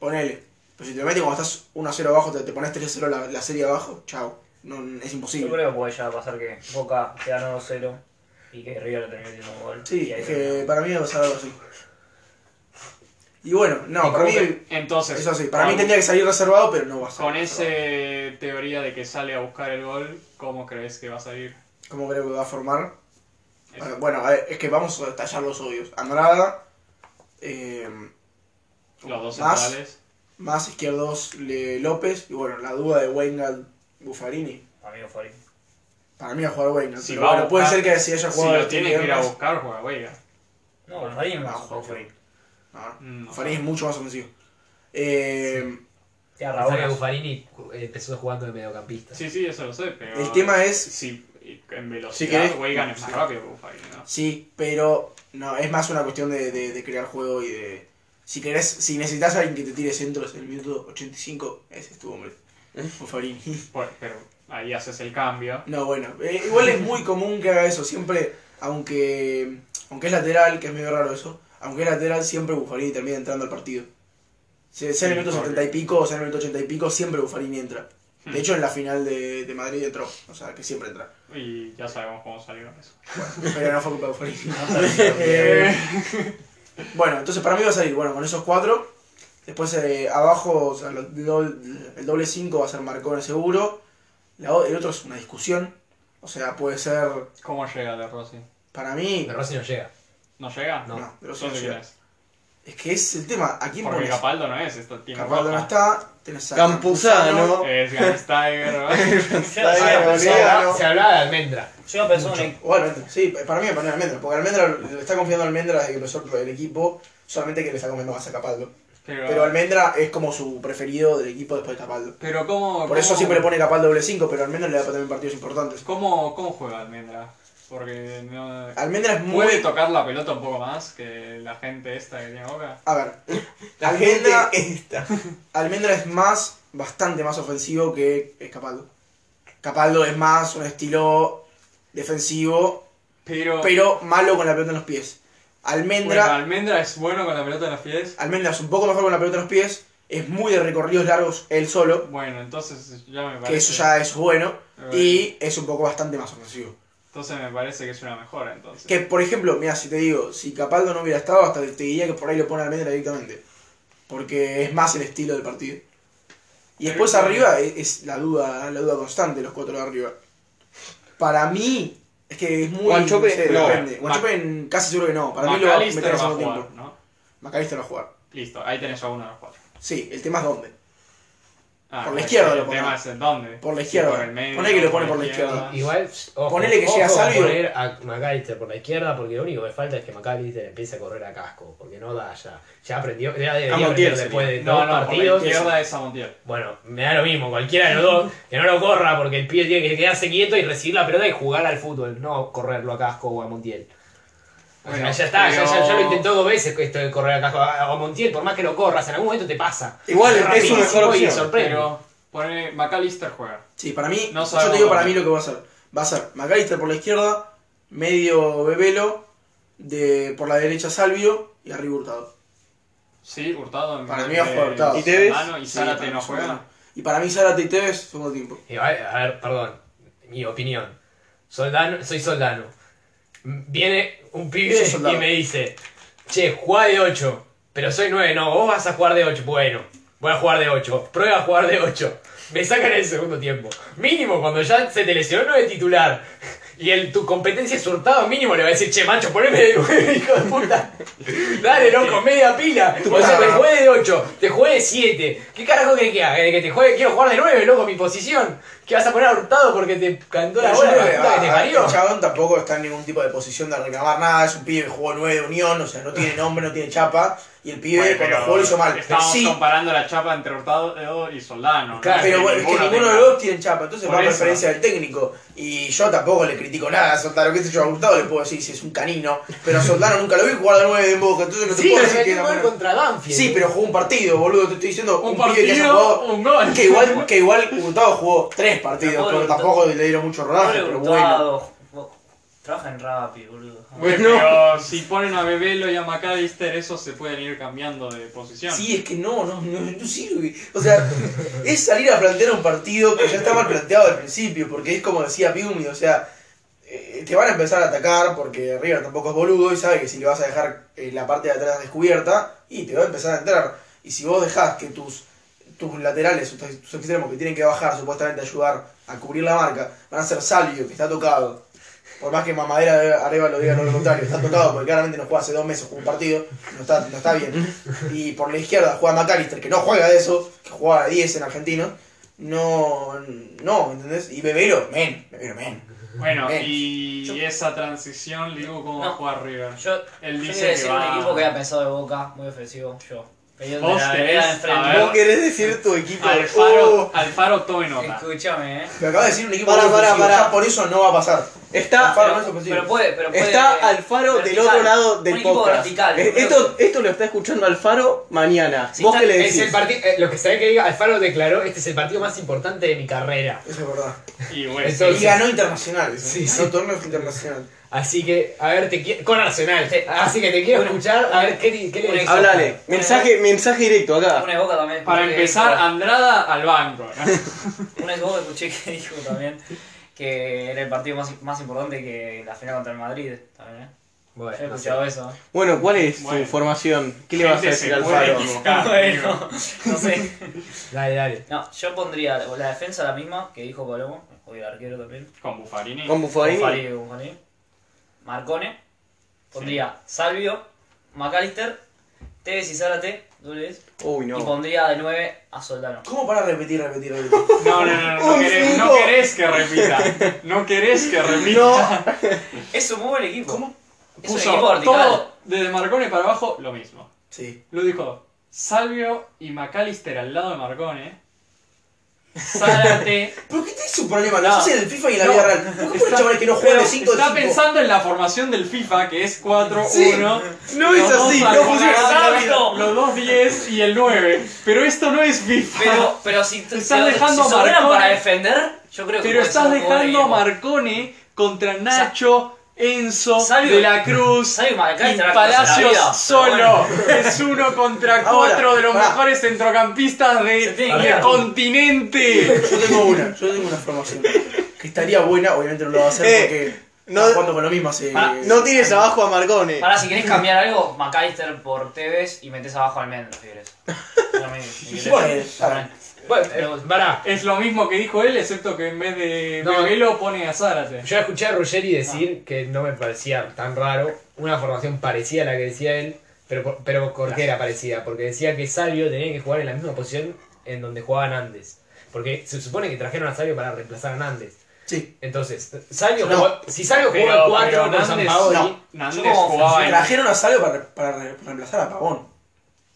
Speaker 3: ponele. Pero si te lo mete cuando estás 1 a 0 abajo, te, te pones 3 a 0 la, la serie abajo, chao. No, n- es
Speaker 5: Yo
Speaker 3: imposible.
Speaker 5: creo que puede ya pasar que Boca se ganó 2-0 y que River termine metiendo un gol.
Speaker 3: Sí,
Speaker 5: y ahí
Speaker 3: es que
Speaker 5: termina.
Speaker 3: para mí va a pasar algo así. Y bueno, no,
Speaker 1: ¿Y
Speaker 3: para mí.
Speaker 1: cómo
Speaker 4: Entonces,
Speaker 3: Eso sí, para mí
Speaker 4: con-
Speaker 3: tendría que salir reservado, pero no va a salir.
Speaker 4: Con
Speaker 3: reservado.
Speaker 4: ese teoría de que sale a buscar el gol, ¿cómo crees que va a salir?
Speaker 3: ¿Cómo creo que va a formar?
Speaker 4: Es-
Speaker 3: Bueno, bueno, a ver, es que vamos a detallar los obvios. Andrada, eh,
Speaker 4: Los dos
Speaker 3: Más.
Speaker 4: centrales.
Speaker 3: más izquierdos Le- López, y bueno, la duda de Wengal Buffarini.
Speaker 5: Amigo favorito.
Speaker 3: Para mí va a jugar Wengal.
Speaker 4: Si
Speaker 3: pero
Speaker 4: va a
Speaker 3: bueno, puede
Speaker 4: buscar-
Speaker 3: ser que si haya
Speaker 4: Si
Speaker 3: jugado
Speaker 4: ah, lo
Speaker 3: los
Speaker 4: tiene que ir a
Speaker 3: viernes-
Speaker 4: buscar, juega, oiga.
Speaker 5: No, Buffarini no
Speaker 3: Ah,
Speaker 5: es
Speaker 3: Juan Farín.
Speaker 5: Buffarini.
Speaker 3: No,
Speaker 4: Mm, no.
Speaker 3: Buffarini es mucho más ofensivo. Eh,
Speaker 5: Te agarra
Speaker 1: Pensá que
Speaker 5: bolas.
Speaker 1: Buffarini eh, empezó jugando de mediocampista.
Speaker 4: Sí, sí, eso lo sé, pero.
Speaker 3: El tema es,
Speaker 4: Si en
Speaker 2: Si
Speaker 4: velocidad,
Speaker 2: querés-
Speaker 4: Weigan es más
Speaker 3: Sí.
Speaker 4: rápido que Buffarini, ¿no?
Speaker 3: sí, pero no, es más una cuestión de, de- de crear juego y de... Si querés, si necesitas a alguien que te tire centros en el minuto 85, ese es tu hombre. Buffarini.
Speaker 4: Por- Pues, pero ahí haces el cambio.
Speaker 3: No, bueno, eh, igual es muy común que haga eso, siempre, aunque aunque es lateral, que es medio raro eso, aunque es lateral, siempre Buffarini termina entrando al partido. Sea, sea en el
Speaker 4: Sí,
Speaker 3: minuto
Speaker 4: porque-
Speaker 3: 70 y pico, o sea en el minuto 80 y pico, siempre Buffarini entra. De hecho, en la final de, de Madrid entró, o sea, que siempre entra.
Speaker 4: Y ya sabemos cómo salió eso.
Speaker 3: Pero no fue culpa de Buffarini.
Speaker 5: Eh,
Speaker 3: Bueno, entonces para mí va a salir, bueno, con esos cuatro. Después eh, abajo, o sea, lo- do- el doble 5 va a ser Marcone seguro. La o- el otro es una discusión. O sea, puede ser,
Speaker 4: ¿Cómo llega de Rossi?
Speaker 3: para mí...
Speaker 1: Pero Rossi no llega.
Speaker 4: ¿No llega?
Speaker 1: No.
Speaker 3: No, de los
Speaker 4: ¿Entonces quién
Speaker 3: Sociedad.
Speaker 4: es?
Speaker 3: Es que es el tema. ¿A quién
Speaker 4: Porque
Speaker 3: pones?
Speaker 4: Capaldo no es, esto tiene
Speaker 3: Capaldo no
Speaker 4: roja.
Speaker 3: está. Tenés a
Speaker 2: Campuzano.
Speaker 4: Es Gansteiger.
Speaker 5: Ah,
Speaker 1: Se
Speaker 2: Está
Speaker 1: hablaba-
Speaker 2: bien,
Speaker 1: se
Speaker 2: Bolívar,
Speaker 1: hablaba,
Speaker 2: ¿no?
Speaker 1: de almendra.
Speaker 5: Yo iba pensando en.
Speaker 3: Bueno, sí, para mí me pone Almendra. Porque Almendra lo está confiando a Almendra desde que empezó el equipo. Solamente que le está confiando más a Capaldo. Pero
Speaker 4: pero,
Speaker 3: Almendra es como su preferido del equipo después de Capaldo.
Speaker 4: pero ¿cómo,
Speaker 3: Por eso
Speaker 4: cómo-
Speaker 3: siempre le pone Capaldo doble 5, pero Almendra le da también partidos importantes.
Speaker 4: ¿Cómo, cómo juega Almendra? Porque no...
Speaker 3: Almendra es muy.
Speaker 4: ¿Puede tocar la pelota un poco más que la gente esta que tiene boca?
Speaker 3: A ver,
Speaker 2: La gente
Speaker 3: Almendra-
Speaker 2: esta.
Speaker 3: Almendra es más, bastante más ofensivo que eh, Capaldo. Capaldo es más un estilo defensivo
Speaker 4: Pero,
Speaker 3: pero malo con la pelota en los pies.
Speaker 4: bueno,
Speaker 3: Almendra,
Speaker 4: Almendra es bueno con la pelota en los pies.
Speaker 3: Almendra es un poco mejor con la pelota en los pies, es muy de recorridos largos él solo,
Speaker 4: Bueno, entonces ya me parece.
Speaker 3: que eso ya es bueno,
Speaker 4: me parece-
Speaker 3: y es un poco bastante más ofensivo.
Speaker 4: Entonces me parece que es una mejora, entonces.
Speaker 3: Que por ejemplo, mira, si te digo, si Capaldo no hubiera estado, hasta te diría que por ahí lo pone Almendra directamente, porque es más el estilo del partido. Y después
Speaker 4: Pero-
Speaker 3: arriba es, es la duda, la duda constante, los cuatro de arriba. Para mí, es que es muy...
Speaker 2: Guanchope,
Speaker 3: no sé,
Speaker 2: no.
Speaker 3: depende. Guanchope casi seguro que no, para mí lo va a meter
Speaker 4: McAllister
Speaker 3: en
Speaker 4: va a
Speaker 3: segundo
Speaker 4: jugar,
Speaker 3: tiempo.
Speaker 4: ¿no?
Speaker 3: Macalister va a jugar.
Speaker 4: Listo, ahí tenés a uno de los cuatro.
Speaker 3: Sí, el tema es dónde.
Speaker 4: Ah,
Speaker 3: Por la
Speaker 4: pues,
Speaker 3: izquierda lo
Speaker 4: El
Speaker 3: pone.
Speaker 4: tema es en dónde.
Speaker 3: Por la
Speaker 4: Si
Speaker 3: izquierda.
Speaker 4: Por el medio,
Speaker 3: Poné que lo pone por la
Speaker 1: Igual, ojo,
Speaker 3: Ponele que
Speaker 1: ojo
Speaker 3: llega
Speaker 1: con
Speaker 3: Salvio.
Speaker 1: poner a McAllister por la izquierda porque lo único que falta es que McAllister empiece a correr a casco. Porque no da ya. Ya aprendió, ya debería
Speaker 2: A Montiel
Speaker 1: aprender después de
Speaker 4: No,
Speaker 1: dos
Speaker 4: no, por la
Speaker 1: partidos.
Speaker 4: izquierda es a Montiel.
Speaker 1: Bueno, me da lo mismo, cualquiera de los dos, que no lo corra porque el pibe tiene que quedarse quieto y recibir la pelota y jugar al fútbol, no correrlo a casco o a Montiel. O sea,
Speaker 4: Bueno,
Speaker 1: ya está, ya, ya- ya lo
Speaker 4: pero-
Speaker 1: intentó dos veces esto de correr a casco a, a Montiel, por más que lo corras, en algún momento te pasa.
Speaker 2: Igual
Speaker 1: Es
Speaker 2: es su
Speaker 1: rapidísimo
Speaker 2: mejor
Speaker 1: y
Speaker 2: opción.
Speaker 1: sorprende.
Speaker 4: Pero pone McAllister juega.
Speaker 3: Sí, para mí,
Speaker 4: No
Speaker 3: yo
Speaker 4: sabemos
Speaker 3: te digo para mí
Speaker 4: dónde.
Speaker 3: lo que va a ser. Va a ser McAllister por la izquierda, medio Bebelo, de, por la derecha Salvio y arriba Hurtado.
Speaker 4: Sí, Hurtado en
Speaker 3: Para mí va a jugar Hurtado.
Speaker 4: ¿Y
Speaker 2: ¿Y Tevez?
Speaker 4: y
Speaker 3: Sí,
Speaker 4: Zárate
Speaker 3: para
Speaker 4: no
Speaker 3: mí
Speaker 4: juega.
Speaker 3: Y para mí Zárate y Tevez, segundo tiempo.
Speaker 1: Y, Eh, A ver, a ver, perdón, mi opinión. Soldano, soy soldano. M- Viene un pibe
Speaker 3: Soy soldado.
Speaker 1: y me dice, che, jugá de 8, pero soy 9, no, vos vas a jugar de 8. Bueno, voy a jugar de 8, prueba a jugar de 8. Me sacan en el segundo tiempo. Mínimo, cuando ya se te lesionó de titular y el, tu competencia es hurtado, mínimo le va a decir, che, macho, poneme de 9, hijo de puta. Dale, loco, media pila. O sea, me juegue de 8, te juegue de 7. ¿Qué carajo querés que haga? Que te juegue, quiero jugar de 9, loco, mi posición. ¿Qué vas a poner a Hurtado porque te cantó la
Speaker 3: Pero yo
Speaker 1: bola
Speaker 3: creo
Speaker 1: la
Speaker 3: que,
Speaker 1: puta
Speaker 3: ah,
Speaker 1: que te
Speaker 3: ah,
Speaker 1: parió?
Speaker 3: el chabón tampoco está en ningún tipo de posición de reclamar nada, es un pibe que jugó 9 de Unión, o sea, no tiene nombre, no tiene chapa, y el pibe
Speaker 4: Bueno,
Speaker 3: cuando
Speaker 4: pero
Speaker 3: jugó lo hizo mal.
Speaker 4: Estamos
Speaker 3: sí,
Speaker 4: comparando la chapa entre Hurtado y Soldano.
Speaker 1: Claro,
Speaker 3: pero bueno, es que ninguno de los dos tiene chapa, entonces
Speaker 4: Por
Speaker 3: va a
Speaker 4: eso.
Speaker 3: preferencia del técnico. Y yo tampoco le critico nada a Soldano, qué sé yo, a Gustavo le puedo decir si es un canino, pero a Soldano nunca lo vi jugar de 9 en Boca, entonces no te
Speaker 1: Sí,
Speaker 3: puedo
Speaker 1: pero
Speaker 3: decir que
Speaker 1: metió
Speaker 3: era
Speaker 1: un gol
Speaker 3: bueno.
Speaker 1: contra Banfield.
Speaker 3: Sí, pero jugó un partido, boludo, te estoy diciendo
Speaker 4: Un
Speaker 3: pibe que haya
Speaker 4: partido,
Speaker 3: jugado-
Speaker 4: un gol.
Speaker 3: Que igual, que igual Gustavo jugó tres partidos,
Speaker 5: Tampoco
Speaker 3: pero
Speaker 5: le gustó-
Speaker 2: Ah,
Speaker 3: tampoco le dieron mucho rodaje,
Speaker 5: Pobre
Speaker 3: pero bueno.
Speaker 5: Hurtado, Trabaja en Rappi, boludo.
Speaker 4: Bueno,
Speaker 2: Bueno.
Speaker 4: pero si ponen a Bebelo y a McAllister, esos se pueden ir cambiando de posición.
Speaker 3: Sí, es que no, no, no, no sirve. O sea, es salir a plantear un partido que ya está mal planteado al principio, porque es como decía Piumi, o sea, eh, te van a empezar a atacar porque River tampoco es boludo y sabe que si le vas a dejar eh, la parte de atrás descubierta, y te va a empezar a entrar. Y si vos dejás que tus, tus laterales, tus, tus extremos que tienen que bajar supuestamente a ayudar a cubrir la marca, van a ser Salvio, que está tocado. Por más que Mamadera arriba lo diga no lo contrario, está tocado porque claramente no juega hace dos meses, jugó un partido, no está, no está bien. Y por la izquierda juega McAllister, que no juega de eso, que juega a 10 en argentino. No, no, ¿entendés? Y Bebero, men, Bebero, men.
Speaker 4: Bueno,
Speaker 3: Bien.
Speaker 4: y
Speaker 5: Yo-
Speaker 4: esa transición, le digo cómo va a
Speaker 5: No.
Speaker 4: jugar River.
Speaker 5: Yo,
Speaker 4: Él
Speaker 5: yo
Speaker 4: dice
Speaker 5: quiero decir
Speaker 4: que va-
Speaker 5: un equipo que había pensado de Boca, muy ofensivo, yo. Peleando
Speaker 4: Vos
Speaker 5: la
Speaker 4: querés-
Speaker 5: vereda de
Speaker 4: a
Speaker 5: enfrente.
Speaker 4: ver.
Speaker 2: ¿Vos querés decir tu equipo?
Speaker 4: Alfaro,
Speaker 2: Oh,
Speaker 4: Alfaro tome nota.
Speaker 5: Escúchame, eh.
Speaker 3: Pero acaba de decir un equipo
Speaker 2: Pará,
Speaker 3: muy
Speaker 2: pará,
Speaker 3: ofensivo,
Speaker 2: pará.
Speaker 3: ya por eso no va a pasar.
Speaker 2: Oh, está
Speaker 3: Alfaro no es
Speaker 5: pero,
Speaker 3: ofensivo.
Speaker 5: pero puede, pero puede. eh,
Speaker 2: Está Alfaro del
Speaker 5: vertical.
Speaker 2: otro lado
Speaker 5: un
Speaker 2: del
Speaker 5: equipo
Speaker 2: podcast.
Speaker 5: vertical.
Speaker 2: Eh, Esto, esto lo está escuchando Alfaro mañana.
Speaker 5: Sí,
Speaker 2: ¿Vos
Speaker 5: está-
Speaker 2: qué le
Speaker 1: Es
Speaker 2: decís?
Speaker 1: el partido. lo que sabés que diga, Alfaro declaró: Este es el partido más importante de mi carrera.
Speaker 3: Eso es verdad.
Speaker 4: Y bueno,
Speaker 1: Eso- Entonces-
Speaker 3: y ganó internacional, ¿eh?
Speaker 1: Sí, sí.
Speaker 3: ganó torneos internacional.
Speaker 1: Así que, a ver, te qui- Con Arsenal. Así que te quiero escuchar. A ver, ¿qué, di- qué le
Speaker 5: Un
Speaker 1: decís?
Speaker 5: ex-
Speaker 2: Háblale. Mensaje, mensaje directo acá.
Speaker 5: Una de Boca también.
Speaker 4: para
Speaker 5: escuché-
Speaker 4: empezar, Andrada al banco.
Speaker 5: Una vez vos escuché que dijo también que era el partido más, más importante que la final contra el Madrid. También, ¿eh? Yo he
Speaker 1: Bueno, no sé.
Speaker 5: escuchado eso. ¿eh?
Speaker 2: Bueno, ¿cuál es tu
Speaker 4: Bueno.
Speaker 2: formación? ¿Qué le vas a
Speaker 4: Gente
Speaker 2: decir
Speaker 4: se
Speaker 2: a
Speaker 4: puede
Speaker 2: Alfaro?
Speaker 4: equivocar,
Speaker 5: bueno,
Speaker 4: amigo.
Speaker 5: no sé.
Speaker 1: Dale, dale.
Speaker 5: No, yo pondría la la defensa la misma que dijo Palomo, o el arquero también.
Speaker 4: Con Buffarini.
Speaker 2: ¿Con Buffarini?
Speaker 5: Buffarini, Buffarini. Marcone. Pondría Salvio, McAllister, Tevez y Zárate, dobles.
Speaker 2: Uy,
Speaker 5: Y
Speaker 2: no.
Speaker 5: pondría de 9 a Soldano.
Speaker 3: ¿Cómo para repetir, repetir, repetir?
Speaker 4: No, no, no, no, no
Speaker 2: Un
Speaker 4: querés, no
Speaker 2: cinco.
Speaker 4: querés que repita. No querés que repita.
Speaker 5: Es un muy buen equipo.
Speaker 3: ¿Cómo?
Speaker 5: Es un equipo
Speaker 4: Puso
Speaker 5: vertical.
Speaker 4: todo, desde Marcone para abajo, lo mismo.
Speaker 3: Sí.
Speaker 4: Lo dijo Salvio y McAllister al lado de Marcone. Zárate.
Speaker 3: ¿Pero qué tenés un problema?
Speaker 4: No.
Speaker 3: No sé del FIFA y en la
Speaker 4: No.
Speaker 3: vida real. ¿Por qué
Speaker 4: Está-
Speaker 3: los chavales que no juegan
Speaker 4: Pero
Speaker 3: de 5 de
Speaker 4: está
Speaker 3: 5?
Speaker 4: pensando en la formación del FIFA, que es 4-1.
Speaker 3: Sí.
Speaker 2: No es
Speaker 4: Los dos
Speaker 2: así, no
Speaker 4: arcones,
Speaker 2: funciona.
Speaker 5: Exacto.
Speaker 4: Los dos 10 y el 9. Pero esto no es FIFA.
Speaker 5: Pero, pero si
Speaker 4: Te estás
Speaker 5: pero
Speaker 4: dejando
Speaker 5: si sobraran
Speaker 4: Marcone.
Speaker 5: para defender, yo creo que
Speaker 4: Pero
Speaker 5: puede
Speaker 4: estás
Speaker 5: ser un buen
Speaker 4: dejando a
Speaker 5: equipo.
Speaker 4: Marcone contra Nacho, Enzo,
Speaker 5: Salvio-
Speaker 4: De la Cruz
Speaker 5: Salvio y
Speaker 4: y
Speaker 5: McAllister van a cruzar la
Speaker 4: Palacios
Speaker 5: vida.
Speaker 4: solo. Es uno contra
Speaker 3: Ahora,
Speaker 4: cuatro de los
Speaker 3: pará.
Speaker 4: mejores centrocampistas
Speaker 5: Se
Speaker 4: de-
Speaker 5: tiene
Speaker 4: del
Speaker 5: que ir.
Speaker 4: continente.
Speaker 3: Yo tengo una, yo tengo una formación. Que estaría buena, obviamente no lo va a hacer
Speaker 2: Eh,
Speaker 3: porque.
Speaker 2: no- Ah,
Speaker 3: está jugando con lo mismo hace.
Speaker 5: Pará,
Speaker 2: No tires abajo a Marcone.
Speaker 5: Ahora, si querés cambiar algo, McAllister por Tevez y metes abajo al Mendro, si querés. No me- si querés.
Speaker 3: Bueno, está bien.
Speaker 1: Bueno, eh, pará.
Speaker 4: Es lo mismo que dijo él, excepto que en vez de
Speaker 1: No.
Speaker 4: Bebelo pone a Zárate.
Speaker 1: Yo escuché a Ruggeri decir que no me parecía tan raro una formación parecida a la que decía él, pero, por- pero ¿por qué era parecida? Porque decía que Salvio tenía que jugar en la misma posición en donde jugaban antes. Porque se supone que trajeron a Salvio para reemplazar a Nández.
Speaker 3: Sí.
Speaker 1: Entonces, Salvio
Speaker 3: No.
Speaker 1: jugó- si Salvio jugó
Speaker 4: Pero-
Speaker 1: en 4
Speaker 4: pero
Speaker 1: con San
Speaker 4: Nández-
Speaker 1: Paoli,
Speaker 3: no.
Speaker 4: Nández
Speaker 5: Yo como
Speaker 4: jugaba en-
Speaker 3: Trajeron a Salvo para, para re- reemplazar a Pavón.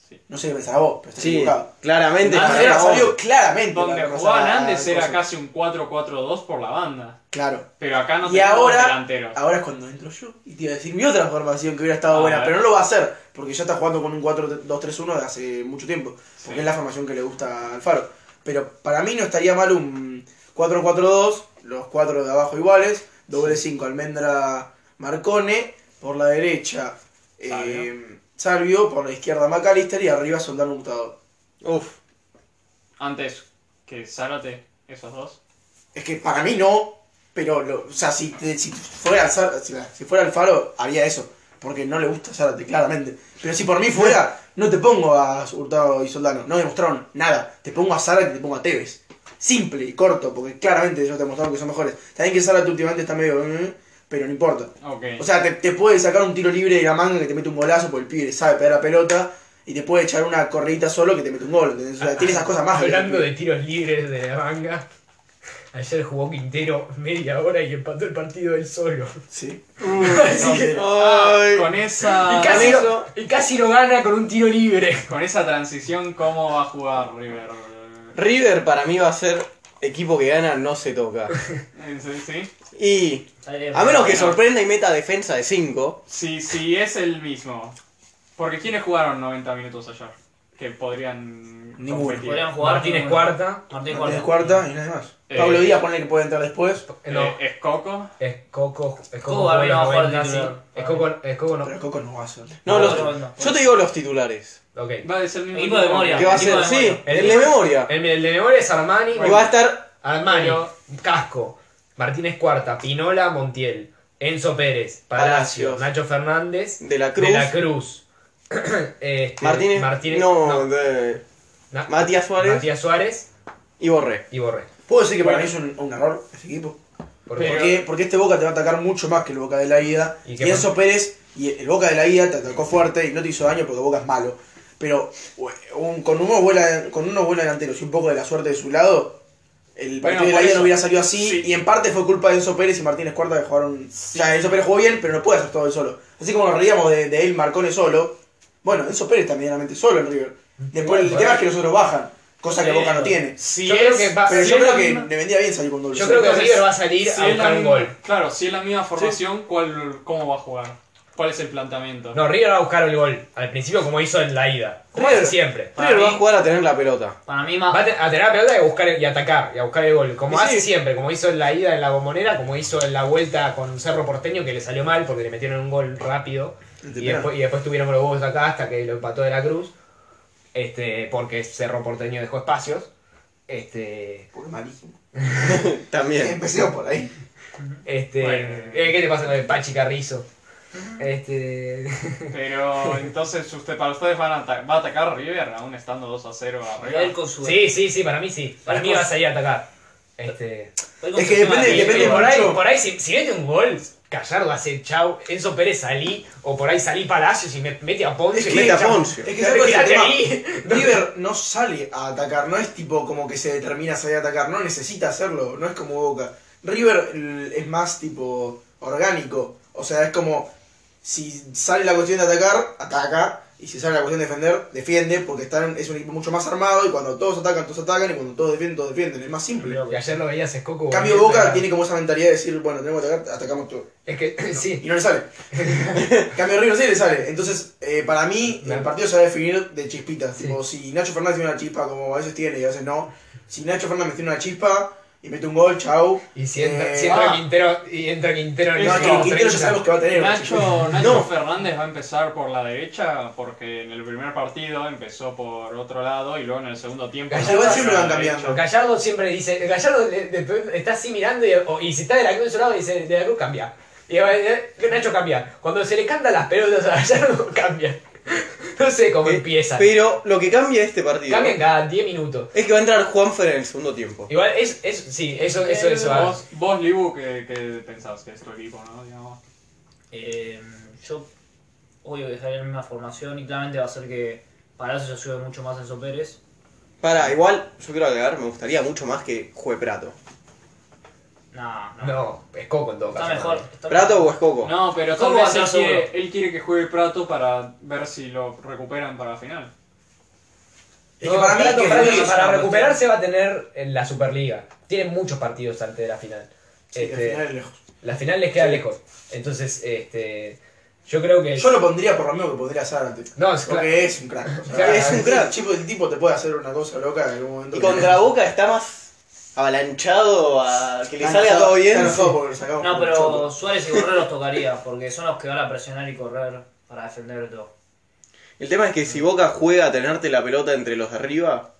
Speaker 4: Sí.
Speaker 3: No sé qué pensaba vos, pero estoy
Speaker 2: Sí,
Speaker 3: equivocado.
Speaker 2: claramente.
Speaker 4: Nández
Speaker 2: para
Speaker 3: Trajeron a
Speaker 2: vos.
Speaker 3: Salvo claramente.
Speaker 4: Donde
Speaker 3: para reemplazar
Speaker 4: jugaba
Speaker 3: a-
Speaker 4: Nández era
Speaker 3: cosa.
Speaker 4: casi un 4-4-2 por la banda.
Speaker 3: Claro.
Speaker 4: Pero acá no
Speaker 3: y
Speaker 4: tenemos
Speaker 3: ahora,
Speaker 4: delanteros.
Speaker 3: ahora es cuando entro yo y te iba a decir mi otra formación que hubiera estado
Speaker 4: A
Speaker 3: buena,
Speaker 4: ver.
Speaker 3: pero no lo va a hacer porque ya está jugando con un 4-2-3-1 de hace mucho tiempo, porque
Speaker 4: Sí.
Speaker 3: es la formación que le gusta al Faro. Pero para mí no estaría mal un 4-4-2, los cuatro de abajo iguales, doble 5 Almendra Marcone, por la derecha eh, Salvio, por la izquierda McAllister y arriba Soldano Gustavo.
Speaker 2: Uf.
Speaker 4: Antes que Zárate, esos dos.
Speaker 3: Es que para mí no, pero lo- o sea, si, te- si fuera el Zar- si, si fuera el Faro, haría eso. Porque no le gusta Zárate, claramente. Pero si por mí fuera, no te pongo a Hurtado y Soldano. No demostraron nada. Te pongo a Zárate y te pongo a Tevez. Simple y corto, porque claramente ellos te mostraron que son mejores. También que Zárate últimamente está medio... eh, pero no importa.
Speaker 4: Ok.
Speaker 3: O sea, te, te puede sacar un tiro libre de la manga que te mete un golazo porque el pibe le sabe pegar la pelota. Y te puede echar una corredita solo que te mete un gol. ¿entendés? O sea, tiene esas cosas más.
Speaker 1: hablando de tiros libres de la manga, ayer jugó Quintero media hora y empató el partido él solo.
Speaker 3: Sí.
Speaker 1: Así que-
Speaker 4: Ah,
Speaker 2: Ay.
Speaker 4: con esa.
Speaker 5: Ah,
Speaker 1: y, casi
Speaker 2: eso-
Speaker 1: lo, y casi lo gana con un tiro libre.
Speaker 4: Con esa transición, ¿cómo va a jugar River?
Speaker 2: River para mí va a ser equipo que gana, no se toca.
Speaker 4: Eh, ¿Sí? sí.
Speaker 2: Y
Speaker 5: Sale-
Speaker 2: a menos que
Speaker 4: Bueno.
Speaker 2: sorprenda y meta defensa de 5.
Speaker 4: Sí, sí, es el mismo. Porque ¿quiénes jugaron 90 minutos ayer? que podrían
Speaker 3: Ninguno.
Speaker 4: competir.
Speaker 5: Podrían jugar.
Speaker 1: Martínez
Speaker 5: con-
Speaker 1: cuarta.
Speaker 5: Martínez
Speaker 3: Es
Speaker 5: cuarta.
Speaker 3: cuarta y nadie más.
Speaker 4: Eh,
Speaker 3: Pablo Díaz pone que puede entrar después.
Speaker 4: Eh,
Speaker 1: No,
Speaker 4: es Coco.
Speaker 1: es Coco. Es Coco.
Speaker 5: Coco para mí no va a jugar
Speaker 1: noventa,
Speaker 5: titular.
Speaker 1: sí. Es Coco. Es Coco no.
Speaker 3: Pero Coco no va a ser.
Speaker 2: No,
Speaker 5: No,
Speaker 2: los-
Speaker 5: no, no.
Speaker 2: yo te digo los titulares.
Speaker 1: Ok.
Speaker 4: Va a ser el mismo
Speaker 5: Equipo de
Speaker 4: equipo.
Speaker 5: Moria.
Speaker 2: ¿Qué va a ser?
Speaker 5: equipo de
Speaker 2: Sí,
Speaker 5: memoria.
Speaker 2: el de memoria.
Speaker 1: El, el de memoria es Armani.
Speaker 2: Y va a estar.
Speaker 1: Armani,
Speaker 4: Pero-
Speaker 1: Casco, Martínez Cuarta, Pinola, Montiel, Enzo Pérez, Palacio,
Speaker 2: Palacios.
Speaker 1: Nacho Fernández,
Speaker 2: De la Cruz.
Speaker 1: De la Cruz, este,
Speaker 2: Martínez. no,
Speaker 1: no,
Speaker 2: de-
Speaker 1: Na-
Speaker 2: Matías Suárez
Speaker 1: Matías Suárez
Speaker 2: y Borré.
Speaker 1: y Borré.
Speaker 3: Puedo decir que para mí es un, un error ese equipo.
Speaker 1: Por-
Speaker 4: Pero-
Speaker 3: Porque, porque este Boca te va a atacar mucho más que el Boca de la ida.
Speaker 1: ¿Y
Speaker 3: Y,
Speaker 1: qué
Speaker 3: Enzo Pérez, y el Boca de la ida te atacó fuerte y no te hizo daño porque Boca es malo. Pero ue- un- con, unos buena, con unos buenos delanteros y un poco de la suerte de su lado, el partido
Speaker 4: Bueno,
Speaker 3: de la
Speaker 4: por
Speaker 3: ida
Speaker 4: eso.
Speaker 3: no hubiera salido así.
Speaker 4: Sí.
Speaker 3: Y en parte fue culpa de Enzo Pérez y Martínez Cuarta que jugaron. O sea, Enzo Pérez jugó bien, pero no puede hacer todo él solo. Así como nos reíamos de, de él, Marcone solo. Bueno, Enzo Pérez también realmente solo en River. Después el
Speaker 1: Bueno,
Speaker 3: tema es que los otros bajan, cosa que
Speaker 4: Sí.
Speaker 3: Boca no tiene.
Speaker 4: Si
Speaker 1: Yo
Speaker 4: es,
Speaker 1: creo que va-
Speaker 3: Pero
Speaker 4: si
Speaker 3: yo
Speaker 4: es
Speaker 3: creo
Speaker 4: la
Speaker 3: que
Speaker 4: misma-
Speaker 3: le vendría bien salir con doble.
Speaker 1: Yo
Speaker 3: cero.
Speaker 1: creo que
Speaker 4: Entonces,
Speaker 1: River va a salir
Speaker 4: si
Speaker 1: a
Speaker 4: es la
Speaker 1: buscar un
Speaker 4: misma-
Speaker 1: gol.
Speaker 4: Claro, si es la misma formación, ¿cuál, ¿cómo va a jugar? ¿Cuál es el planteamiento?
Speaker 1: No, River va a buscar el gol al principio como hizo en la ida, como
Speaker 2: River.
Speaker 1: hace siempre.
Speaker 5: Para
Speaker 2: River va
Speaker 5: mí-
Speaker 2: a jugar a tener la pelota.
Speaker 5: Para mí
Speaker 1: Va
Speaker 5: más.
Speaker 1: a te- a tener la pelota y a buscar y atacar y a buscar el gol, como
Speaker 2: Y
Speaker 1: hace
Speaker 2: sí.
Speaker 1: siempre, como hizo en la ida en la bombonera, como hizo en la vuelta con Cerro Porteño que le salió mal porque le metieron un gol rápido.
Speaker 3: De
Speaker 1: Y
Speaker 3: penal.
Speaker 1: después, y después tuvieron los huevos acá hasta que lo empató de la cruz. Este, porque Cerro Porteño dejó espacios. Este.
Speaker 3: Porque es malísimo.
Speaker 2: También.
Speaker 3: Empecemos por ahí.
Speaker 1: Este.
Speaker 4: Bueno.
Speaker 1: eh, ¿Qué te pasa con el Pachi Carrizo? Este.
Speaker 4: Pero entonces usted, para ustedes van a ata- va a atacar a River aún estando 2 a 0 arriba.
Speaker 5: Él con su.
Speaker 1: Sí, sí, sí, para mí sí. Para mí
Speaker 5: Vamos.
Speaker 1: vas a ir a atacar. Este.
Speaker 5: él con
Speaker 3: Es
Speaker 5: su
Speaker 3: que
Speaker 5: tema
Speaker 3: depende-
Speaker 5: de-
Speaker 3: depende
Speaker 1: y por ahí,
Speaker 3: mucho.
Speaker 1: por ahí si, si mete un gol, Gallardo hace chau, Enzo Pérez salí, o por ahí salí Palacios y me, mete a Ponce.
Speaker 3: Es que-
Speaker 1: y mete
Speaker 2: Mete a
Speaker 1: chau.
Speaker 2: Poncio.
Speaker 3: Es que ¿sabes cuál es el
Speaker 1: Quédate
Speaker 3: tema?
Speaker 1: ahí.
Speaker 3: River no sale a atacar, no es tipo como que se determina salir a atacar, no necesita hacerlo, no es como Boca. River l- es más tipo orgánico, o sea, es como si sale la cuestión de atacar, ataca, y si sale la cuestión de defender, defiende, porque están, es un equipo mucho más armado y cuando todos atacan, todos atacan, y cuando todos defienden, todos defienden, es más simple.
Speaker 1: Y ayer lo veías es Coco.
Speaker 3: En cambio,
Speaker 1: volviendo
Speaker 3: Boca
Speaker 1: a-
Speaker 3: tiene como esa mentalidad de decir, bueno, tenemos que atacar, atacamos todo.
Speaker 1: Es que, sí.
Speaker 3: Y no le sale. En Cambio de River sí le sale. Entonces, eh, para mí, el partido se va a definir de chispitas.
Speaker 1: Sí.
Speaker 3: Tipo, si Nacho Fernández tiene una chispa, como a veces tiene y a veces no. Si Nacho Fernández tiene una chispa y mete un gol, chau.
Speaker 1: Y si entra,
Speaker 3: Eh,
Speaker 1: si entra
Speaker 4: ah.
Speaker 1: Quintero, y entra Quintero en
Speaker 4: No,
Speaker 1: el
Speaker 4: que
Speaker 3: No,
Speaker 1: minuto
Speaker 3: Quintero
Speaker 1: 30.
Speaker 3: ya sabemos que va a tener una chispa.
Speaker 4: Nacho, Nacho
Speaker 2: No.
Speaker 4: Fernández va a empezar por la derecha porque en el primer partido empezó por otro lado y luego en el segundo tiempo.
Speaker 1: Gallardo
Speaker 4: empezó
Speaker 3: siempre
Speaker 4: por
Speaker 3: van
Speaker 4: la
Speaker 3: cambiando.
Speaker 4: derecha.
Speaker 1: Gallardo siempre dice, Gallardo le- le- está así mirando y, o- y si está de la cruz de su lado dice, de la cruz cambia. Y va a decir, Nacho cambia. Cuando se le cantan las pelotas a Gallardo, cambia. No sé cómo
Speaker 2: Eh,
Speaker 1: empieza.
Speaker 2: Pero lo que cambia este partido
Speaker 1: Cambian cada 10 minutos.
Speaker 2: es que va a entrar Juanfer en el segundo tiempo.
Speaker 1: Igual, es, es, sí, eso, eso, eso. va.
Speaker 4: Vos, vos Libu, ¿qué, qué pensabas que es tu equipo, no? Digamos.
Speaker 5: Eh, yo, obvio que sale en la misma formación y claramente va a ser que Palacio se sube mucho más a Enzo Pérez.
Speaker 2: Para, igual, yo quiero agregar, me gustaría mucho más que juegue Prato.
Speaker 5: Nah, no.
Speaker 1: No, es Coco en todo caso.
Speaker 5: Está mejor. Está
Speaker 2: ¿Prato o Escoco?
Speaker 4: No, pero tal
Speaker 5: ¿Cómo
Speaker 4: vez él
Speaker 5: atrás
Speaker 4: quiere, él quiere que juegue Prato para ver si lo recuperan para la final.
Speaker 3: Es que para mí,
Speaker 1: Prato-
Speaker 3: que
Speaker 1: Prato
Speaker 3: River-
Speaker 1: para recuperarse va a tener en la Superliga. Tiene muchos partidos antes de la final.
Speaker 3: Sí, al
Speaker 1: Este,
Speaker 3: final es lejos.
Speaker 1: La final les queda lejos. Entonces, este, yo creo que.
Speaker 3: Yo lo pondría por Romeo que podría hacer antes.
Speaker 1: No, es claro.
Speaker 3: Porque es un crack. o sea,
Speaker 1: Claro,
Speaker 2: es un crack.
Speaker 3: El, tipo, el tipo te puede hacer una cosa loca en algún momento.
Speaker 2: Y contra Boca está más avalanchado a que le
Speaker 3: Está
Speaker 2: salga
Speaker 3: enojado-
Speaker 2: todo bien.
Speaker 3: está enojado porque lo sacamos
Speaker 5: No,
Speaker 3: por el choto.
Speaker 5: pero Suárez y Borré los tocaría, porque son los que van a presionar y correr para defender todo.
Speaker 2: El tema es que si Boca juega a tenerte la pelota entre los de arriba,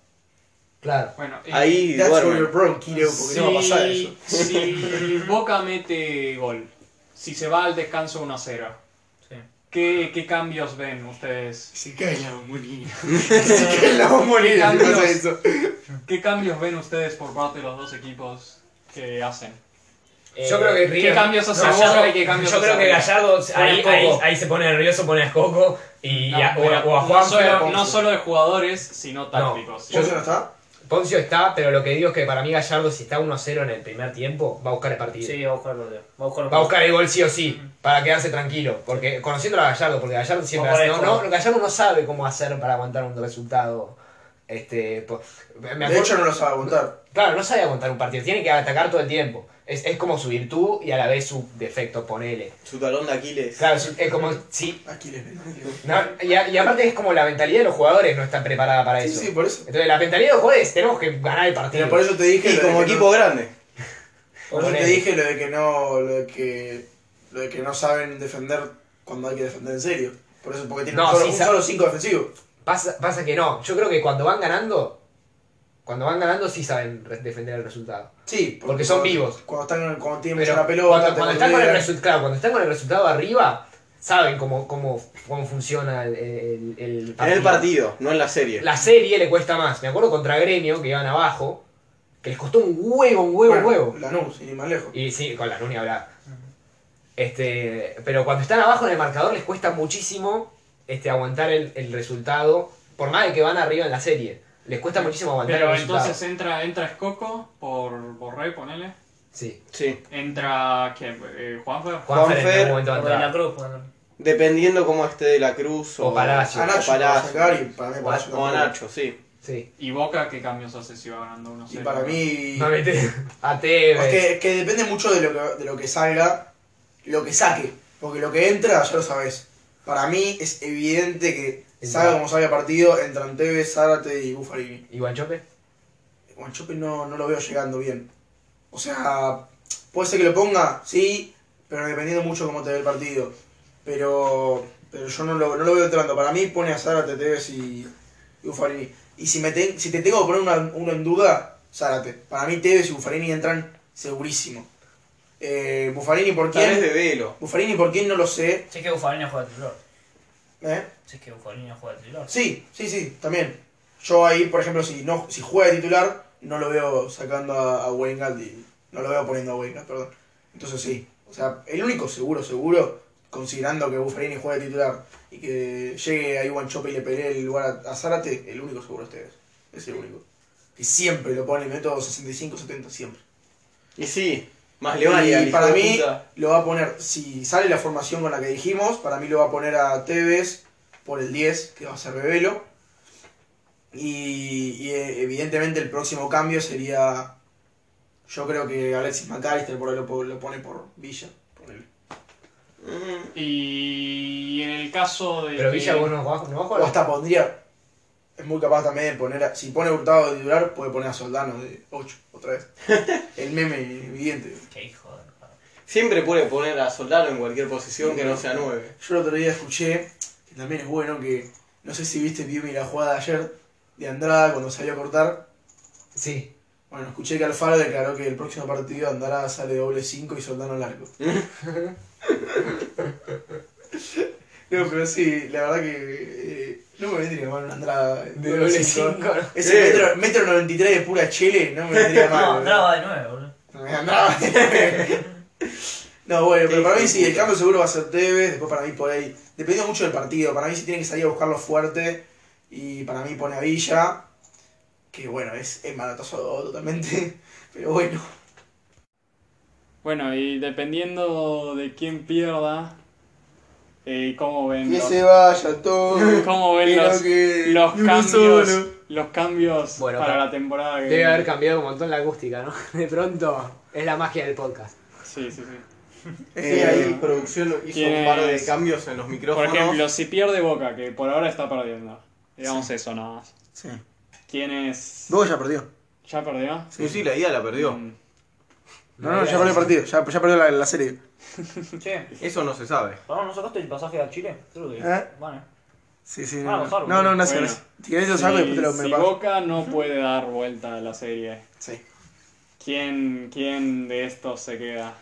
Speaker 1: Claro.
Speaker 4: Bueno, y-
Speaker 2: ahí
Speaker 3: That's where you're
Speaker 2: duerme.
Speaker 3: wrong, Kiro, porque no va a pasar eso.
Speaker 4: si Boca mete gol, si se va al descanso 1-0,
Speaker 5: Sí.
Speaker 4: ¿qué, ¿qué cambios ven ustedes?
Speaker 3: Se cae la bombonera. Se cae la bombonera.
Speaker 4: Cambios.
Speaker 3: si pasa eso.
Speaker 4: ¿Qué cambios ven ustedes por parte de los dos equipos que hacen? Eh,
Speaker 1: Yo creo que River-
Speaker 4: cambios hace
Speaker 1: No,
Speaker 4: Gallardo
Speaker 1: yo-
Speaker 4: y qué cambios
Speaker 1: Yo creo
Speaker 4: hace
Speaker 1: que
Speaker 4: River?
Speaker 1: Gallardo
Speaker 5: Pone
Speaker 1: ahí,
Speaker 5: a Coco.
Speaker 1: ahí- ahí se pone nervioso, pone a Coco y
Speaker 4: No,
Speaker 1: a- o, a- o a
Speaker 4: no
Speaker 1: Juan.
Speaker 4: solo, no solo de jugadores, sino tácticos.
Speaker 3: ¿Yo eso no está?
Speaker 1: Poncio está, pero lo que digo es que para mí Gallardo, si está 1-0 en el primer tiempo, va a buscar el partido.
Speaker 5: Sí, va a buscar el partido. Va a buscar, el
Speaker 1: Va a
Speaker 5: partido.
Speaker 1: buscar el gol sí o sí, para quedarse tranquilo. Porque conociendo a Gallardo, porque Gallardo siempre
Speaker 5: Vamos
Speaker 1: hace-
Speaker 5: por
Speaker 1: no,
Speaker 5: ahí,
Speaker 1: no,
Speaker 5: por-
Speaker 1: Gallardo no sabe cómo hacer para aguantar un resultado. Este, po- me
Speaker 3: De
Speaker 1: acuerdo-
Speaker 3: hecho no lo sabe aguantar.
Speaker 1: Claro, no sabe aguantar un partido, tiene que atacar todo el tiempo. Es, es como su virtud y a la vez su defecto, ponele.
Speaker 2: Su talón de Aquiles.
Speaker 1: Claro, es, es como. Sí.
Speaker 3: Aquiles, ¿no?
Speaker 1: No, y, a- y aparte es como la mentalidad de los jugadores no está preparada para
Speaker 3: Sí,
Speaker 1: eso.
Speaker 3: sí, por eso.
Speaker 1: Entonces, la mentalidad de los jugadores tenemos que ganar el partido.
Speaker 3: Pero por eso te dije.
Speaker 2: Y
Speaker 3: lo de
Speaker 2: como
Speaker 3: que no-
Speaker 2: equipo grande.
Speaker 3: Por eso te
Speaker 1: Ponele.
Speaker 3: dije lo de que no. Lo de que. Lo de que no saben defender cuando hay que defender en serio. Por eso, porque tienen
Speaker 1: No,
Speaker 3: un solo-
Speaker 1: sí,
Speaker 3: un
Speaker 1: sa-
Speaker 3: solo 5 defensivos.
Speaker 1: Pasa, pasa que no. Yo creo que cuando van ganando. Cuando van ganando, sí saben re- defender el resultado.
Speaker 3: Sí,
Speaker 1: Porque son
Speaker 3: cuando-
Speaker 1: vivos.
Speaker 3: Cuando están cuando tienen
Speaker 1: Pero
Speaker 3: mucha la pelota,
Speaker 1: cuando,
Speaker 3: te
Speaker 1: cuando están con el
Speaker 3: controlan.
Speaker 1: resu- claro, cuando están con el resultado arriba, saben cómo, cómo, cómo funciona el, el- el
Speaker 2: En el partido, no en la serie.
Speaker 1: La serie le cuesta más. Me acuerdo contra Gremio, que iban abajo, que les costó un huevo, un huevo, un
Speaker 3: Bueno,
Speaker 1: huevo.
Speaker 3: Lanús, sin ir más lejos.
Speaker 1: Y sí, con la Nuni habrá. Este, pero cuando están abajo en el marcador les cuesta muchísimo este, aguantar el, el resultado, por más de que van arriba en la serie. Les cuesta muchísimo aguantar
Speaker 4: Pero
Speaker 1: el resultado.
Speaker 4: entonces entra, entra Escoco por Borré, ponele.
Speaker 1: Sí,
Speaker 2: Sí.
Speaker 4: Entra. ¿Quién? Eh, Juanfer.
Speaker 1: Juan
Speaker 2: Juanfer,
Speaker 1: Fer en algún momento va a
Speaker 5: Por De la
Speaker 1: entrar.
Speaker 5: Cruz, bueno.
Speaker 2: Dependiendo cómo esté de la Cruz o,
Speaker 1: O Palacio.
Speaker 3: A Nacho
Speaker 2: o
Speaker 3: para
Speaker 2: Palacio.
Speaker 3: sacar y para mí Palacio
Speaker 2: o a
Speaker 3: tampoco.
Speaker 2: Nacho, sí.
Speaker 1: Sí.
Speaker 4: Y Boca, ¿qué cambios hace si va ganando uno
Speaker 3: Y
Speaker 4: cero?
Speaker 3: para mí.
Speaker 1: No metés a
Speaker 3: Es
Speaker 1: Tevez.
Speaker 3: que, es que depende mucho de lo que, de lo que salga, lo que saque. Porque lo que entra, ya lo sabes. Para mí es evidente que
Speaker 1: Entra.
Speaker 3: salga como salga el partido, entran Tevez, Zárate y Buffarini.
Speaker 1: ¿Y Guanchope?
Speaker 3: Guanchope no, no lo veo llegando bien. O sea, puede ser que lo ponga, sí, pero dependiendo mucho cómo te dé el partido. Pero, pero yo no lo, no lo veo entrando. Para mí pone a Zárate, Tevez y, y Buffarini. Y si, me ten- si te tengo que poner una- uno en duda, Zárate. Para mí Tevez y Buffarini entran segurísimo. Eh, Buffarini por
Speaker 2: Tal vez
Speaker 3: quién.
Speaker 2: de Velo.
Speaker 3: Buffarini por quién no lo sé.
Speaker 5: Si es que Bufalino juega titular.
Speaker 3: ¿eh?
Speaker 5: Si es que Bufalino juega titular.
Speaker 3: Sí, sí, sí, también. Yo ahí, por ejemplo, si no si juega de titular, no lo veo sacando a, a Weingart y no lo veo poniendo a Weingart, perdón. Entonces sí, o sea, el único seguro, seguro, considerando que Buffarini juega de titular y que llegue a Iwan Chope y le pelee el lugar a, a Zárate, el único seguro es Tevez. Es el único. Y siempre lo pone, método 65-70, siempre.
Speaker 2: Y sí, más le vale al
Speaker 3: Y
Speaker 2: hijo
Speaker 3: para
Speaker 2: de
Speaker 3: mí
Speaker 2: puta.
Speaker 3: lo va a poner, si sale la formación con la que dijimos, para mí lo va a poner a Tevez por el 10, que va a ser Bebelo. Y, y, eh, evidentemente el próximo cambio sería, yo creo que Alexis McAllister por ahí lo, po- lo pone por Villa. ponele.
Speaker 2: Mm,
Speaker 4: Y en el caso de.
Speaker 1: Pero
Speaker 4: que-
Speaker 1: Villa, vos no vas no vas a
Speaker 3: O
Speaker 1: jugar.
Speaker 3: hasta pondría, es muy capaz también de poner, a- si pone Hurtado de titular, puede poner a Soldano de 8 otra vez. el meme evidente.
Speaker 5: Qué hijo de puta.
Speaker 2: Siempre puede poner a Soldado en cualquier posición que no sea 9.
Speaker 3: Yo el otro día escuché, que también es bueno, que no sé si viste Piumi la jugada de ayer de Andrada cuando salió a cortar.
Speaker 1: Sí.
Speaker 3: Bueno, escuché que Alfaro declaró que el próximo partido Andrada sale doble 5 y Soldano largo. no, pero sí, la verdad que eh, no me vendría mal una Andrada
Speaker 1: De doble 5.
Speaker 3: Ese metro, metro 93 de pura chile no me vendría mal.
Speaker 5: No,
Speaker 3: boludo.
Speaker 5: entraba de nuevo, boludo.
Speaker 3: Andrada. No, bueno, pero para mí sí, el cambio seguro va a ser Tevez, después para mí por ahí, dependiendo mucho del partido, para mí sí tiene que salir a buscarlo fuerte y para mí pone a Villa, que bueno, es, es manotazo totalmente, pero bueno.
Speaker 4: Bueno, y dependiendo de quién pierda. Eh, ¿Cómo ven? los-
Speaker 3: vaya todo.
Speaker 4: ¿Cómo ven los, los cambios, los cambios
Speaker 1: Bueno,
Speaker 4: para
Speaker 1: para-
Speaker 4: la temporada que
Speaker 1: Debe haber cambiado un montón la acústica, ¿no? De pronto es la magia del podcast.
Speaker 4: Sí, sí, sí.
Speaker 2: Sí,
Speaker 3: Eh,
Speaker 2: ahí producción hizo
Speaker 4: ¿Quién
Speaker 2: un par de
Speaker 4: es?
Speaker 2: cambios en los
Speaker 4: Por
Speaker 2: micrófonos.
Speaker 4: ejemplo, si pierde Boca, que por ahora está perdiendo. Digamos eso nada más.
Speaker 3: Sí.
Speaker 4: ¿Quién es...?
Speaker 3: Luego ya perdió.
Speaker 4: ¿Ya perdió?
Speaker 2: Sí, sí, la idea la perdió.
Speaker 4: Mm.
Speaker 3: No, no, ya perdió el partido, ya, ya perdió la, la serie.
Speaker 5: Che,
Speaker 2: Eso no se sabe.
Speaker 5: ¿no ¿no sacaste el pasaje a Chile? Creo que.
Speaker 3: ¿Eh?
Speaker 5: Bueno.
Speaker 3: Sí, sí.
Speaker 5: Ah,
Speaker 3: No,
Speaker 5: Gonzalo.
Speaker 3: no, no, no, sé,
Speaker 4: Bueno.
Speaker 3: no sé. Si querés lo
Speaker 4: Si-
Speaker 3: saco y después te lo me
Speaker 4: si
Speaker 3: pago.
Speaker 4: Boca no puede dar vuelta a la serie,
Speaker 3: Sí.
Speaker 4: ¿quién, quién de estos se queda?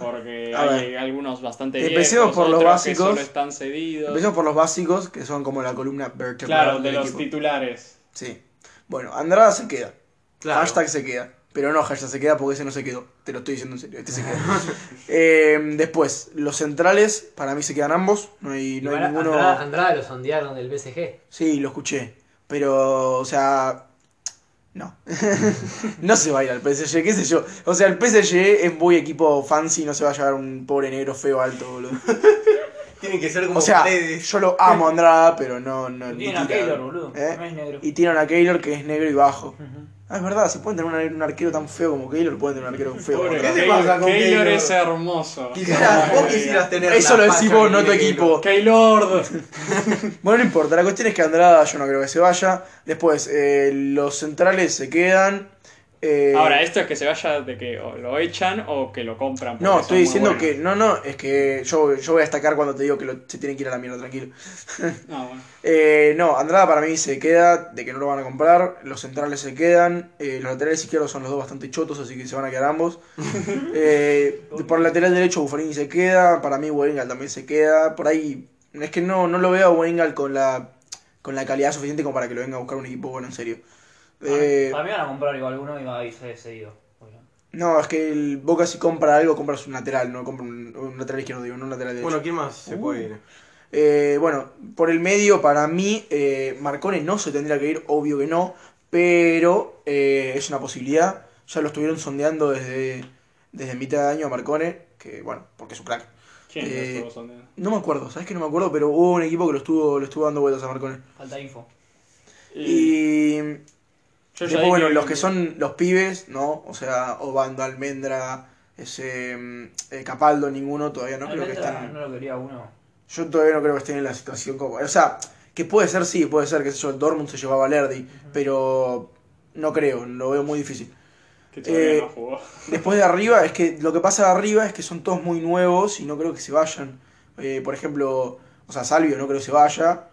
Speaker 4: Porque
Speaker 3: a
Speaker 4: hay algunos bastante
Speaker 3: Empecemos
Speaker 4: viejos,
Speaker 3: por los
Speaker 4: otros
Speaker 3: básicos.
Speaker 4: que solo están cedidos.
Speaker 3: Empecemos por los básicos, que son como la columna vertebral
Speaker 4: Claro, de
Speaker 3: del
Speaker 4: los
Speaker 3: equipo.
Speaker 4: titulares.
Speaker 3: Sí. Bueno, Andrada se queda.
Speaker 2: Claro.
Speaker 3: Hashtag se queda. Pero no, hashtag se queda porque ese no se quedó. Te lo estoy diciendo en serio. Este se queda. Eh, después, los centrales, para mí se quedan ambos. No hay, no hay
Speaker 6: Igual
Speaker 3: ninguno.
Speaker 6: Andrada, Andrada lo sondearon del BCG.
Speaker 3: Sí, lo escuché. Pero, o sea. No. no se va a ir al PSG, qué sé yo. O sea, el PSG es muy equipo fancy, no se va a llevar un pobre negro feo alto, boludo.
Speaker 2: Tienen que ser como
Speaker 3: O sea,
Speaker 2: ustedes.
Speaker 3: yo lo amo a Andrada, pero no. no ni
Speaker 5: Tiene a
Speaker 3: Eh, tira.
Speaker 5: Keylor, boludo.
Speaker 3: ¿Eh?
Speaker 5: No es negro.
Speaker 3: Y tienen a Keylor que es negro y bajo. Ah, es verdad, si pueden tener un, un arquero tan feo como Keylor, pueden tener un arquero feo.
Speaker 4: Pobre
Speaker 3: ¿Qué?
Speaker 2: te
Speaker 4: Keylor-
Speaker 2: pasa con Keylor?
Speaker 4: es hermoso.
Speaker 2: Quisieras, vos quisieras tener.
Speaker 3: Eso
Speaker 2: la
Speaker 3: lo decís
Speaker 2: faja
Speaker 3: vos,
Speaker 2: que
Speaker 3: no tu
Speaker 2: tiene
Speaker 3: equipo.
Speaker 4: Keylor.
Speaker 3: Bueno, no importa, la cuestión es que Andrada yo no creo que se vaya. Después, eh, los centrales se quedan. eh,
Speaker 4: Ahora, esto es que se vaya de que o lo echan o que lo compran.
Speaker 3: No,
Speaker 4: porque
Speaker 3: estoy
Speaker 4: eh, son muy
Speaker 3: diciendo que.
Speaker 4: buenos.
Speaker 3: No, no, es que yo, yo voy a destacar cuando te digo que lo- se tienen que ir a la mierda, tranquilo.
Speaker 4: Ah, bueno.
Speaker 3: Eh, no, Andrada para mí se queda, de que no lo van a comprar. Los centrales se quedan. eh, los laterales izquierdos son los dos bastante chotos, así que se van a quedar ambos. Eh, por el lateral derecho, Buffarini se queda. Para mí, Wengal también se queda. Por ahí, es que no, no lo veo a Wengal con la, con la calidad suficiente como para que lo venga a buscar un equipo bueno, en serio. Eh,
Speaker 5: Para mí van a comprar igual uno y va a irse cedido. obvio.
Speaker 3: no, es que el Boca, si compra algo, compra un lateral, no compra un, un lateral izquierdo, digo, no un lateral
Speaker 2: que-
Speaker 3: derecho.
Speaker 2: Bueno, ¿quién más se
Speaker 3: Uh.
Speaker 2: puede ir?
Speaker 3: Eh, bueno, por el medio, para mí, eh, Marcone no se tendría que ir, obvio que no, pero eh, es una posibilidad. Ya lo estuvieron sondeando desde, desde mitad de año a Marcone, que bueno, porque es un crack.
Speaker 4: ¿Quién
Speaker 3: Eh,
Speaker 4: estuvo sondeando?
Speaker 3: No me acuerdo, sabes que no me acuerdo, pero hubo un equipo que lo estuvo, lo estuvo dando vueltas a Marcone.
Speaker 5: Falta info.
Speaker 3: Y
Speaker 4: Y yo ya
Speaker 3: después,
Speaker 4: dije
Speaker 3: bueno, los que son los pibes, ¿no? O sea, Obando, Almendra, ese mm, eh, Capaldo, ninguno todavía no creo que
Speaker 5: Almendra
Speaker 3: están.
Speaker 5: no lo quería uno.
Speaker 3: Yo todavía no creo que estén en la situación como. O sea, que puede ser, sí, puede ser, que sé yo, el Dortmund se llevaba a Valerdi, pero no creo, lo veo muy difícil.
Speaker 4: Que todavía
Speaker 3: eh,
Speaker 4: no jugó.
Speaker 3: Después de arriba, es que lo que pasa de arriba es que son todos muy nuevos y no creo que se vayan. Eh, por ejemplo, o sea, Salvio no creo que se vaya.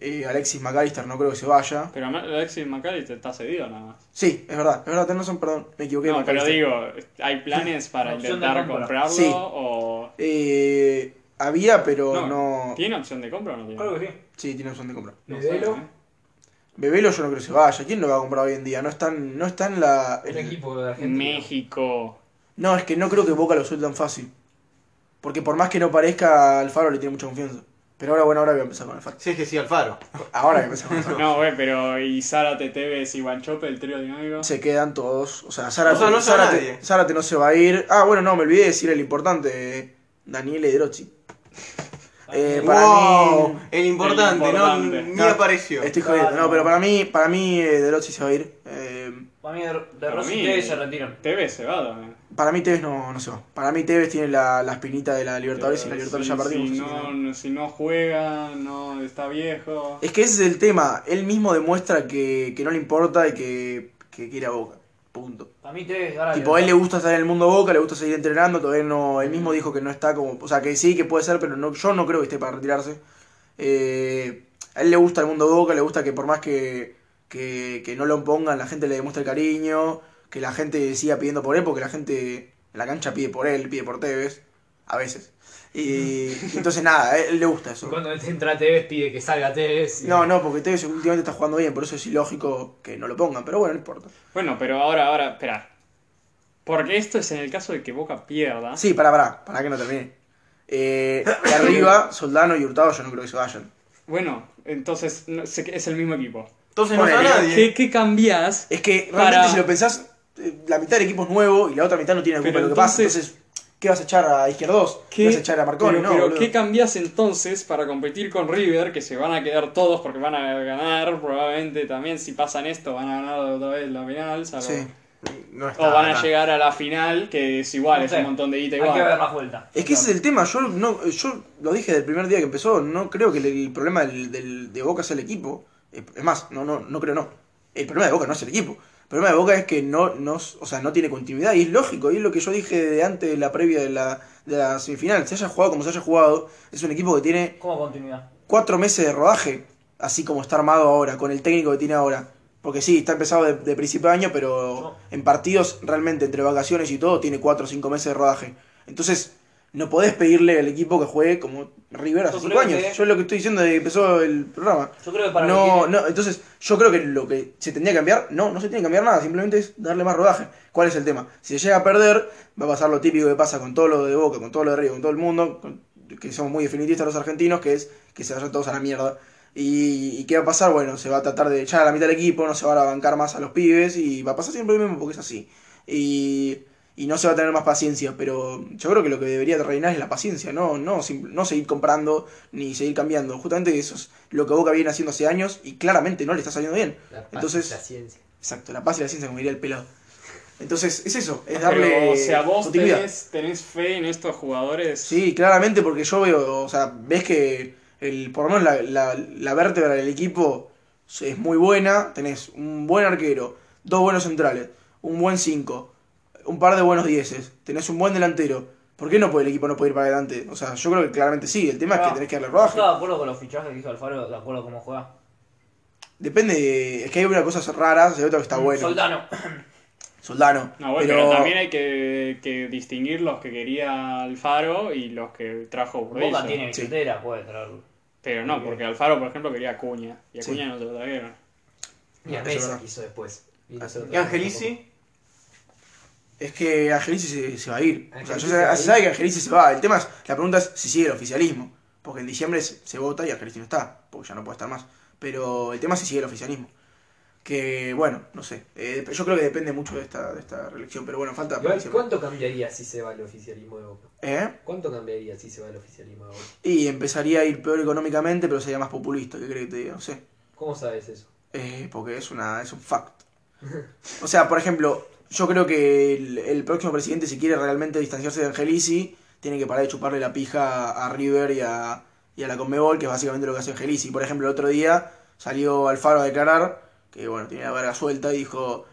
Speaker 3: eh, Alexis McAllister no creo que se vaya.
Speaker 4: Pero Ma- Alexis McAllister está cedido nada más.
Speaker 3: Sí, es verdad, es verdad, tenés razón, perdón, me equivoqué.
Speaker 4: no, pero
Speaker 3: McAllister.
Speaker 4: digo, ¿hay planes para
Speaker 5: Opción de
Speaker 4: intentar
Speaker 5: compra.
Speaker 4: comprarlo?
Speaker 3: Sí.
Speaker 4: O...
Speaker 3: Eh, había, pero no.
Speaker 4: ¿Tiene opción de compra o no tiene?
Speaker 5: Creo que sí.
Speaker 3: Sí, tiene opción de compra.
Speaker 4: No
Speaker 6: ¿De
Speaker 4: sé,
Speaker 6: Velo?
Speaker 4: ¿eh?
Speaker 3: Bebelo yo no creo que se vaya. ¿Quién lo va a comprar hoy en día? No está en, no está en la.
Speaker 6: Un
Speaker 3: en-
Speaker 6: equipo de Argentina.
Speaker 4: México.
Speaker 3: No, es que no creo que Boca lo suelte tan fácil. Porque por más que no parezca, Alfaro le tiene mucha confianza. Pero ahora, bueno, ahora voy a empezar con Alfaro.
Speaker 2: Si es que sí, Alfaro.
Speaker 3: Ahora voy a empezar con Alfaro.
Speaker 4: No, güey, pero ¿y Zárate, Tevez y Guanchope, el trío dinámico?
Speaker 3: Se quedan todos. O sea, Zárate,
Speaker 2: O sea, no se va
Speaker 3: Zárate-
Speaker 2: nadie.
Speaker 3: Zárate no se va a ir. Ah, bueno, no, me olvidé de decir el importante. Daniel Edrochi. Eh, para
Speaker 2: wow,
Speaker 3: mí.
Speaker 2: el importante,
Speaker 4: El
Speaker 2: No,
Speaker 4: importante.
Speaker 2: ni
Speaker 3: No, Este,
Speaker 2: apareció.
Speaker 3: Estoy jodiendo.
Speaker 5: Claro.
Speaker 3: No, pero para mí, para mí eh, Edrotti se va a ir. Eh,
Speaker 5: Para mí, de, de
Speaker 4: Para
Speaker 5: Rossi
Speaker 4: mí-
Speaker 5: y Tevez se retiran.
Speaker 4: Tevez se va también.
Speaker 3: para mí Tevez no, no se va. Para mí Tevez tiene la, la espinita de la Libertadores y la
Speaker 4: Pero
Speaker 3: Libertadores
Speaker 4: si-
Speaker 3: ya perdimos. así
Speaker 4: Si
Speaker 3: que
Speaker 4: no, no- si no juega, no está viejo.
Speaker 3: Es que ese es el tema. Él mismo demuestra que, que no le importa y que, que quiere a Boca. Punto.
Speaker 5: Para mí, Tevez gana.
Speaker 3: tipo, a él le gusta estar en el mundo Boca, le gusta seguir entrenando. Todavía no. Él mismo dijo que no está como. O sea, que sí, que puede ser, pero no, yo no creo que esté para retirarse. Eh, a él le gusta el mundo Boca, le gusta que por más que, que, que no lo pongan, la gente le demuestre cariño, que la gente siga pidiendo por él, porque la gente en la cancha pide por él, pide por Tevez. A veces. Y entonces, nada, a él le gusta eso.
Speaker 6: Cuando entra Tevez pide que salga Tevez. y-
Speaker 3: No, no, porque Tevez últimamente está jugando bien, por eso es ilógico que no lo pongan, pero bueno, no importa.
Speaker 4: Bueno, pero ahora, ahora, esperar. Porque esto es en el caso de que Boca pierda.
Speaker 3: Sí, pará, pará, pará que no termine. Eh, de arriba, Soldano y Hurtado yo no creo que se vayan.
Speaker 4: Bueno, entonces no sé qué- es el mismo equipo.
Speaker 2: Entonces no está
Speaker 3: Ponele.
Speaker 4: ¿Qué,
Speaker 2: nadie.
Speaker 4: qué cambias?
Speaker 3: Es que realmente
Speaker 4: Para.
Speaker 3: si lo pensás, eh, la mitad del equipo es nuevo y la otra mitad no tiene la culpa
Speaker 4: Pero
Speaker 3: de lo que pasa,
Speaker 4: entonces-
Speaker 3: entonces, ¿qué vas a echar a Izquierdos? ¿Qué
Speaker 4: ¿Qué,
Speaker 3: vas a echar a Marconi?
Speaker 4: pero,
Speaker 3: No,
Speaker 4: pero
Speaker 3: boludo.
Speaker 4: ¿qué cambias entonces para competir con River? Que se van a quedar todos porque van a ganar. Probablemente también si pasan esto van a ganar otra vez la final. salvo-
Speaker 3: Sí. Ah,
Speaker 2: No está,
Speaker 4: O van a
Speaker 2: está.
Speaker 4: llegar a la final, que es igual,
Speaker 5: No
Speaker 4: es
Speaker 5: sé.
Speaker 4: un montón de guita
Speaker 5: Hay que ver
Speaker 4: igual.
Speaker 5: más vuelta.
Speaker 3: Es que ese es el tema, yo no, yo lo dije desde el primer día que empezó, no creo que el, el problema del, del- de Boca sea el equipo. Eh, Es más, no, no, no creo no. El problema de Boca no es el equipo. El problema de Boca es que no, no, o sea, no tiene continuidad y es lógico, y es lo que yo dije de antes de la previa de la, de la semifinal. Se haya jugado como se haya jugado, es un equipo que tiene
Speaker 5: ¿Cómo continuidad?
Speaker 3: cuatro meses de rodaje, así como está armado ahora, con el técnico que tiene ahora. Porque sí, está empezado de, de principio de año, pero en partidos realmente, entre vacaciones y todo, tiene cuatro o cinco meses de rodaje. Entonces, no podés pedirle al equipo que juegue como River hace
Speaker 5: Yo
Speaker 3: cinco
Speaker 5: creo
Speaker 3: años.
Speaker 5: que-
Speaker 3: Yo es lo que estoy diciendo desde que empezó el programa.
Speaker 5: Yo creo que para lo que
Speaker 3: No,
Speaker 5: tiene-
Speaker 3: no, entonces yo creo que lo que se tendría que cambiar, no, no se tiene que cambiar nada, simplemente es darle más rodaje. ¿Cuál es el tema? Si se llega a perder, va a pasar lo típico que pasa con todo lo de Boca, con todo lo de Río, con todo el mundo, con- que somos muy definitistas los argentinos, que es que se vayan todos a la mierda. Y, y qué va a pasar? Bueno, se va a tratar de echar a la mitad del equipo, no se van a bancar más a los pibes y va a pasar siempre lo mismo porque es así. Y, y no se va a tener más paciencia, pero yo creo que lo que debería reinar es la paciencia, no, no, sim- no seguir comprando ni seguir cambiando. Justamente eso es lo que Boca viene haciendo hace años y claramente no le está saliendo bien.
Speaker 6: La paz,
Speaker 3: Entonces-
Speaker 6: La ciencia.
Speaker 3: Exacto, la paz y la ciencia, como diría el pelado. Entonces, es eso, es darle
Speaker 4: Pero, o sea, vos
Speaker 3: continuidad.
Speaker 4: tenés, tenés fe en estos jugadores.
Speaker 3: Sí, claramente, porque yo veo, o sea, ves que el, por lo menos la, la, la vértebra del equipo es muy buena. Tenés un buen arquero, dos buenos centrales, un buen 5, un par de buenos dieces, tenés un buen delantero. ¿Por qué no puede el equipo no puede ir para adelante? O sea, yo creo que claramente sí. El tema es que
Speaker 5: Ah.
Speaker 3: tenés que darle
Speaker 5: No
Speaker 3: rodaje.
Speaker 5: estaba de acuerdo con los fichajes que hizo Alfaro, de acuerdo cómo juega.
Speaker 3: Depende, es que hay unas cosas raras y otra que está bueno.
Speaker 5: Soldano.
Speaker 3: Soldano.
Speaker 4: No, bueno, pero, también hay que, que distinguir los que quería Alfaro y los que trajo Burdizo.
Speaker 5: Boca tiene
Speaker 3: Sí.
Speaker 5: billetera, puede traerlo.
Speaker 4: Pero no, porque Alfaro, por ejemplo, quería a Acuña. Y Acuña no se lo trajeron.
Speaker 1: Y a
Speaker 3: Eso Ah, es
Speaker 1: Messi
Speaker 3: verdad.
Speaker 1: quiso después. Y nosotros
Speaker 2: ¿Y Angelici?
Speaker 3: Es que Angelici se, se va a ir. O sea,
Speaker 1: Angelici
Speaker 3: yo
Speaker 1: se va a ir.
Speaker 3: sé- se sabe que Angelici se va. El tema es, la pregunta es si sigue el oficialismo. Porque en diciembre se, se vota y Angelici no está, porque ya no puede estar más. Pero el tema es si sigue el oficialismo. Que bueno, no sé. Eh, yo creo que depende mucho de esta, de esta reelección, pero bueno, falta para
Speaker 1: Igual,
Speaker 3: diciembre.
Speaker 1: ¿Cuánto cambiaría si se va el oficialismo de Boca?
Speaker 3: ¿Eh?
Speaker 1: ¿Cuánto cambiaría si se va el oficialismo de Boca?
Speaker 3: Y empezaría a ir peor económicamente, pero sería más populista, ¿qué crees que te diga? No sé.
Speaker 1: ¿Cómo sabes eso?
Speaker 3: Eh, porque es una es un fact. O sea, por ejemplo, yo creo que el, el próximo presidente, si quiere realmente distanciarse de Angelici, tiene que parar de chuparle la pija a River y a, y a la Conmebol, que es básicamente lo que hace Angelici. Por ejemplo, el otro día salió Alfaro a declarar que, bueno, tenía la verga suelta y dijo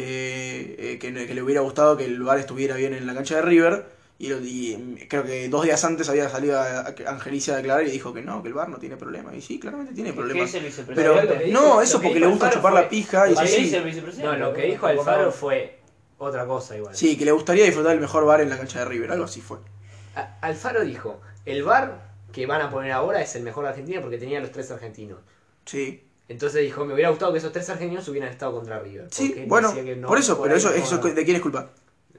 Speaker 3: eh, eh, que, no- que le hubiera gustado que el lugar estuviera bien en la cancha de River. Y, lo- y, mm, creo que dos días antes había salido a- a Angelici a declarar y dijo que no, que el bar no tiene problema. Y sí, claramente tiene
Speaker 5: ¿Qué
Speaker 3: problemas.
Speaker 5: es el
Speaker 3: Pero
Speaker 5: vicepresidente?
Speaker 1: Pero lo que
Speaker 3: no,
Speaker 1: dijo-
Speaker 3: eso
Speaker 1: lo que
Speaker 3: porque le
Speaker 1: dijo
Speaker 3: gusta
Speaker 1: Alfaro
Speaker 3: chupar
Speaker 1: fue-
Speaker 3: la pija y
Speaker 5: ¿Para qué
Speaker 3: sí,
Speaker 5: dice el vicepresidente?
Speaker 1: No, lo que dijo Alfaro fue otra cosa igual.
Speaker 3: sí, que le gustaría disfrutar el mejor bar en la cancha de River, algo así fue.
Speaker 1: A- Alfaro dijo, el bar que van a poner ahora es el mejor de Argentina porque tenía los tres argentinos.
Speaker 3: Sí,
Speaker 1: Entonces dijo, me hubiera gustado que esos tres argentinos hubieran estado contra River.
Speaker 3: sí,
Speaker 1: porque
Speaker 3: bueno,
Speaker 1: decía que no,
Speaker 3: por eso, pero
Speaker 1: ahí
Speaker 3: eso,
Speaker 1: no
Speaker 3: eso es
Speaker 1: van a-
Speaker 3: de quién es culpa,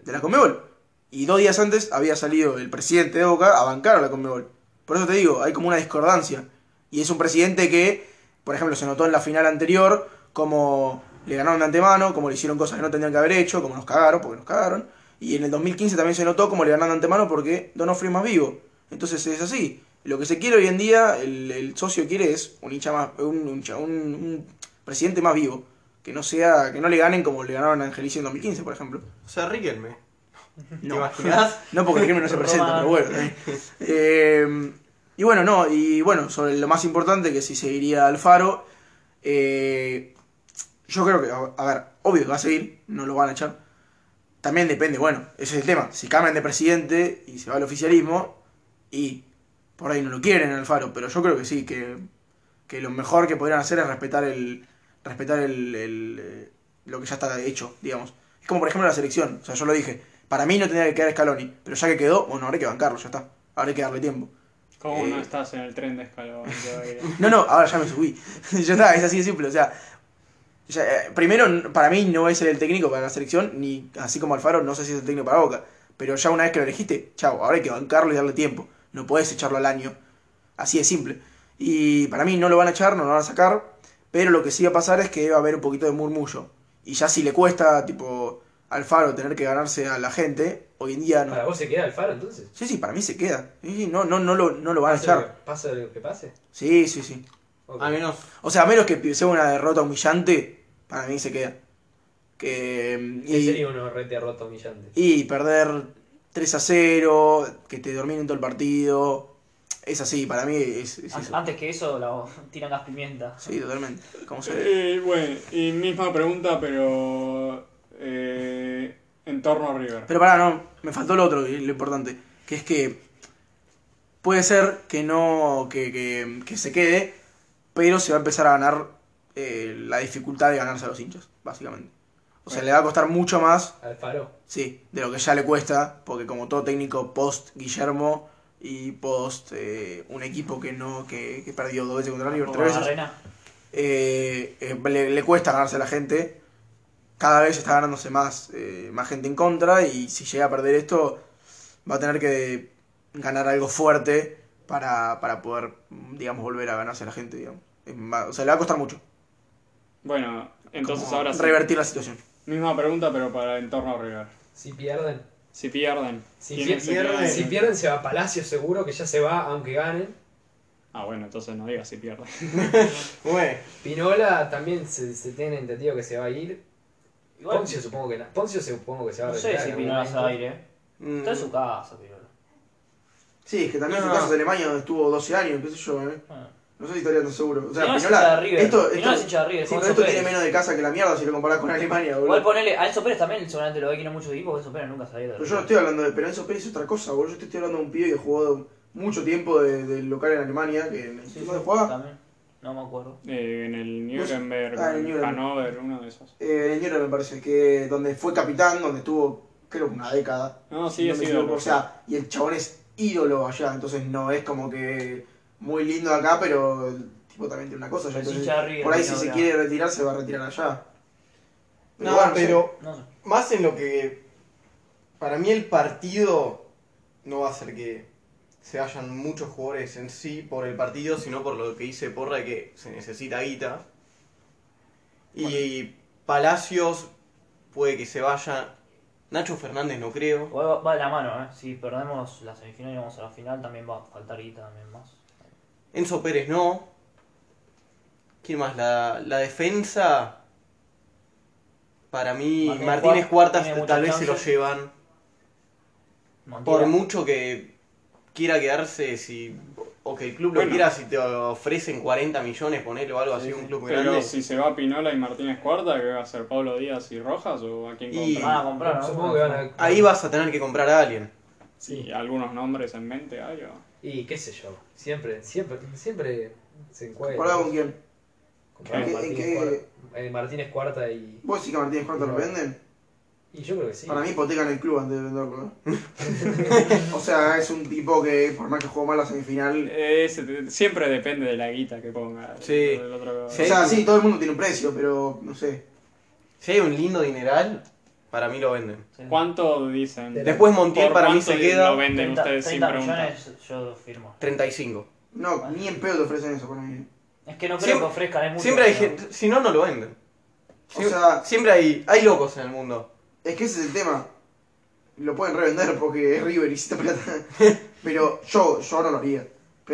Speaker 3: de la Conmebol. Y dos días antes había salido el presidente de Boca a bancar a la Conmebol. Por eso te digo, hay como una discordancia. Y es un presidente que, por ejemplo, se notó en la final anterior como le ganaron de antemano, como le hicieron cosas que no tendrían que haber hecho, como nos cagaron, porque nos cagaron. Y en el 2015 también se notó como le ganaron de antemano porque Donofrio es más vivo. Entonces es así. Lo que se quiere hoy en día, el, el socio quiere es un hincha más, un, hincha- un- un presidente más vivo. Que no sea, que no le ganen como le ganaron a Angelici en 2015, por ejemplo.
Speaker 2: O sea, Riquelme. ¿Te
Speaker 3: No.
Speaker 2: imaginas?
Speaker 3: No porque Riquelme no se presenta, pero bueno. también. Eh, y bueno, no, y bueno, sobre lo más importante, que si seguiría Alfaro, eh, yo creo que, a, a ver, obvio que va a seguir, no lo van a echar. También depende, bueno, ese es el tema. Si cambian de presidente y se va al oficialismo, y por ahí no lo quieren Alfaro, pero yo creo que sí, que, que lo mejor que podrían hacer es respetar el respetar el, el, eh, lo que ya está hecho, digamos. Es como por ejemplo la selección, o sea, yo lo dije, para mí no tenía que quedar Scaloni, pero ya que quedó, bueno, habrá que bancarlo, ya está, habrá que darle tiempo.
Speaker 4: ¿Cómo
Speaker 3: Eh.
Speaker 4: no estás en el tren de Escalón?
Speaker 3: No, no, ahora ya me subí. ya está, es así de simple. O sea, ya, eh, primero, n- para mí no es el técnico para la selección, ni así como Alfaro, no sé si es el técnico para Boca. Pero ya una vez que lo elegiste, chao, ahora hay que bancarlo y darle tiempo. No podés echarlo al año. Así de simple. Y para mí no lo van a echar, no lo van a sacar. Pero lo que sí va a pasar es que va a haber un poquito de murmullo. Y ya si le cuesta, tipo, Alfaro tener que ganarse a la gente, hoy en día no.
Speaker 6: ¿Para vos se queda Alfaro entonces?
Speaker 3: Sí, sí, para mí se queda. Sí, sí, no, no, no, lo, no lo van a
Speaker 6: ¿Pase lo
Speaker 3: echar.
Speaker 6: que- ¿Pase lo que pase?
Speaker 3: Sí, sí, sí.
Speaker 6: Ok.
Speaker 2: A menos.
Speaker 3: O sea, a menos que sea una derrota humillante, para mí se queda. Que,
Speaker 6: ¿Qué
Speaker 3: y,
Speaker 6: sería uno rete roto humillante?
Speaker 3: y perder 3 a 0, que te dormir en todo el partido, es así, para mí es, es
Speaker 5: An-
Speaker 3: eso.
Speaker 5: Antes que eso, la tiran gas pimienta.
Speaker 3: Sí, totalmente. Como se ve.
Speaker 4: Eh, bueno, y misma pregunta, pero eh, en torno a River.
Speaker 3: Pero pará, no, me faltó lo otro, y lo importante, que es que puede ser que no, que, que- que se quede, pero se va a empezar a ganar eh, la dificultad de ganarse a los hinchas, básicamente. O sea, le va a costar mucho más
Speaker 6: Alfaro.
Speaker 3: Sí, de lo que ya le cuesta, porque como todo técnico post Guillermo y post eh, un equipo que no que, que perdió dos veces contra River,
Speaker 5: Como
Speaker 3: tres veces,
Speaker 5: Arena.
Speaker 3: eh, eh, le, le cuesta ganarse a la gente. Cada vez está ganándose más, eh, más gente en contra y si llega a perder esto va a tener que ganar algo fuerte para, para poder, digamos, volver a ganarse a la gente, digamos. Es más, O sea, le va a costar mucho
Speaker 4: Bueno, entonces
Speaker 3: como
Speaker 4: ahora sí.
Speaker 3: revertir la situación.
Speaker 4: Misma pregunta, pero para en torno a River.
Speaker 6: Si pierden.
Speaker 4: Si pierden,
Speaker 6: Si
Speaker 4: ¿quiénes se
Speaker 2: pierden-
Speaker 4: quedan?
Speaker 6: Si pierden se va Palacio seguro, que ya se va aunque ganen.
Speaker 4: Ah, bueno, entonces no digas si pierden.
Speaker 2: Bueno,
Speaker 6: Pinola también se, se tiene entendido que se va a ir.
Speaker 5: Igual,
Speaker 6: Poncio supongo que, na- Poncio supongo que se va a
Speaker 5: no sé
Speaker 6: retirar
Speaker 5: si
Speaker 6: en algún
Speaker 5: Pirola se va a
Speaker 6: momento.
Speaker 5: ir, ¿eh?
Speaker 2: Mm,
Speaker 5: Está en su casa, Pirola.
Speaker 3: Sí, es que también
Speaker 2: No,
Speaker 3: su
Speaker 2: no.
Speaker 3: casa de Alemania donde estuvo 12 años, qué sé yo, eh.
Speaker 5: Ah.
Speaker 3: No sé si estaría tan seguro. O sea,
Speaker 5: Piñola es
Speaker 3: Piñola-
Speaker 5: hincha de River.
Speaker 3: Esto,
Speaker 5: Piñola
Speaker 3: esto-
Speaker 5: es hincha de River,
Speaker 3: sí,
Speaker 5: como
Speaker 3: pero esto
Speaker 5: Enzo
Speaker 3: tiene
Speaker 5: Pérez.
Speaker 3: menos de casa que la mierda si lo comparás con Alemania,
Speaker 5: Igual
Speaker 3: boludo.
Speaker 5: ponele, a Enzo Pérez también seguramente lo ve que no muchos equipos, porque Enzo Pérez nunca salió de
Speaker 3: Pero
Speaker 5: River.
Speaker 3: yo no estoy hablando de. Pero Enzo Pérez es otra cosa, boludo. Yo te estoy hablando de un pibe que jugó mucho tiempo de, de local en Alemania, que en el
Speaker 5: Sí,
Speaker 3: equipo
Speaker 5: sí,
Speaker 3: de jugaba.
Speaker 5: También. No me acuerdo.
Speaker 4: Eh, en el Nuremberg,
Speaker 3: Ah, en el
Speaker 4: en
Speaker 3: Nuremberg.
Speaker 4: Hannover, uno de esos.
Speaker 3: Eh, en Junior me parece, que donde fue capitán, donde estuvo creo que una década.
Speaker 4: No, sí,
Speaker 3: No
Speaker 4: es
Speaker 3: me
Speaker 4: ídolo.
Speaker 3: equivoco, O sea, y el chabón es ídolo allá, entonces no es como que muy lindo acá, pero el tipo también tiene una cosa. allá,
Speaker 5: Es
Speaker 3: entonces,
Speaker 5: hincha de River,
Speaker 3: por ahí
Speaker 5: no
Speaker 3: si se
Speaker 5: habla.
Speaker 3: quiere retirar, se va a retirar allá.
Speaker 2: No,
Speaker 3: bueno, sé.
Speaker 2: pero
Speaker 5: No sé.
Speaker 2: más en lo que. Para mí el partido no va a ser que se vayan muchos jugadores en sí por el partido, sino por lo que dice Porra que se necesita guita. Y Palacios puede que se vaya. Nacho Fernández no creo.
Speaker 5: Igual va- va de la mano, ¿eh? Si perdemos la semifinal y vamos a la final, también va a faltar guita también más.
Speaker 2: Enzo Pérez no. ¿Quién más? La, la defensa. Para mí,
Speaker 5: Martínez
Speaker 2: Martínez
Speaker 5: Cuart-
Speaker 2: Cuartas
Speaker 5: tiene muchas
Speaker 2: tal vez se lo
Speaker 5: chances.
Speaker 2: llevan.
Speaker 5: Montero.
Speaker 2: Por mucho que quiera quedarse, si o que el club lo
Speaker 4: Bueno.
Speaker 2: quiera, si te ofrecen 40 millones, ponele o algo así, un club
Speaker 4: Pero
Speaker 2: grande.
Speaker 4: si se va Pinola y Martínez Cuarta, ¿qué va a ser? ¿Pablo Díaz y Rojas? ¿O a quién
Speaker 2: Y-
Speaker 4: comprar?
Speaker 5: Van a comprar, ¿no?
Speaker 6: Supongo que van a...
Speaker 2: Ahí vas a tener que comprar a alguien.
Speaker 4: Sí, algunos nombres en mente hay. o-
Speaker 6: Y qué sé yo. Siempre, siempre, siempre se encuentra.
Speaker 3: ¿Comparado con quién?
Speaker 6: Comparado con
Speaker 3: ¿En
Speaker 6: Martínez,
Speaker 3: qué- en qué-
Speaker 6: Cuarta, eh, Martínez Cuarta y...
Speaker 3: ¿Vos decís que a Martínez Cuarta lo venden?
Speaker 6: Y yo creo que sí.
Speaker 3: Para mí hipotecan el club antes de venderlo. ¿eh? o sea, es un tipo que por más que jugó mal la semifinal...
Speaker 4: Ese te- siempre depende de la guita que ponga. el-
Speaker 2: Sí.
Speaker 4: el otro-
Speaker 2: Sí.
Speaker 3: O sea, sí, todo el mundo tiene un precio, pero no sé.
Speaker 2: Si hay un lindo dineral, para mí lo venden.
Speaker 5: Sí.
Speaker 4: ¿Cuánto dicen?
Speaker 2: Después Montiel
Speaker 4: ¿Por
Speaker 2: para mí
Speaker 4: cuánto
Speaker 2: se queda
Speaker 4: Lo venden
Speaker 5: 30,
Speaker 4: ustedes sin
Speaker 5: 30
Speaker 4: preguntar.
Speaker 5: millones yo firmo.
Speaker 2: 35.
Speaker 3: No, ni en pedo te ofrecen eso para mí.
Speaker 5: Es que no creo
Speaker 2: Siempre-
Speaker 5: que ofrezcan, es mucho.
Speaker 2: Siempre hay
Speaker 5: pero-
Speaker 2: gente, si no, no lo venden.
Speaker 3: O
Speaker 2: Sie-
Speaker 3: sea-
Speaker 2: siempre hay, hay locos en el mundo.
Speaker 3: Es que ese es el tema. Lo pueden revender porque es River y necesita plata. Pero yo, yo no lo haría.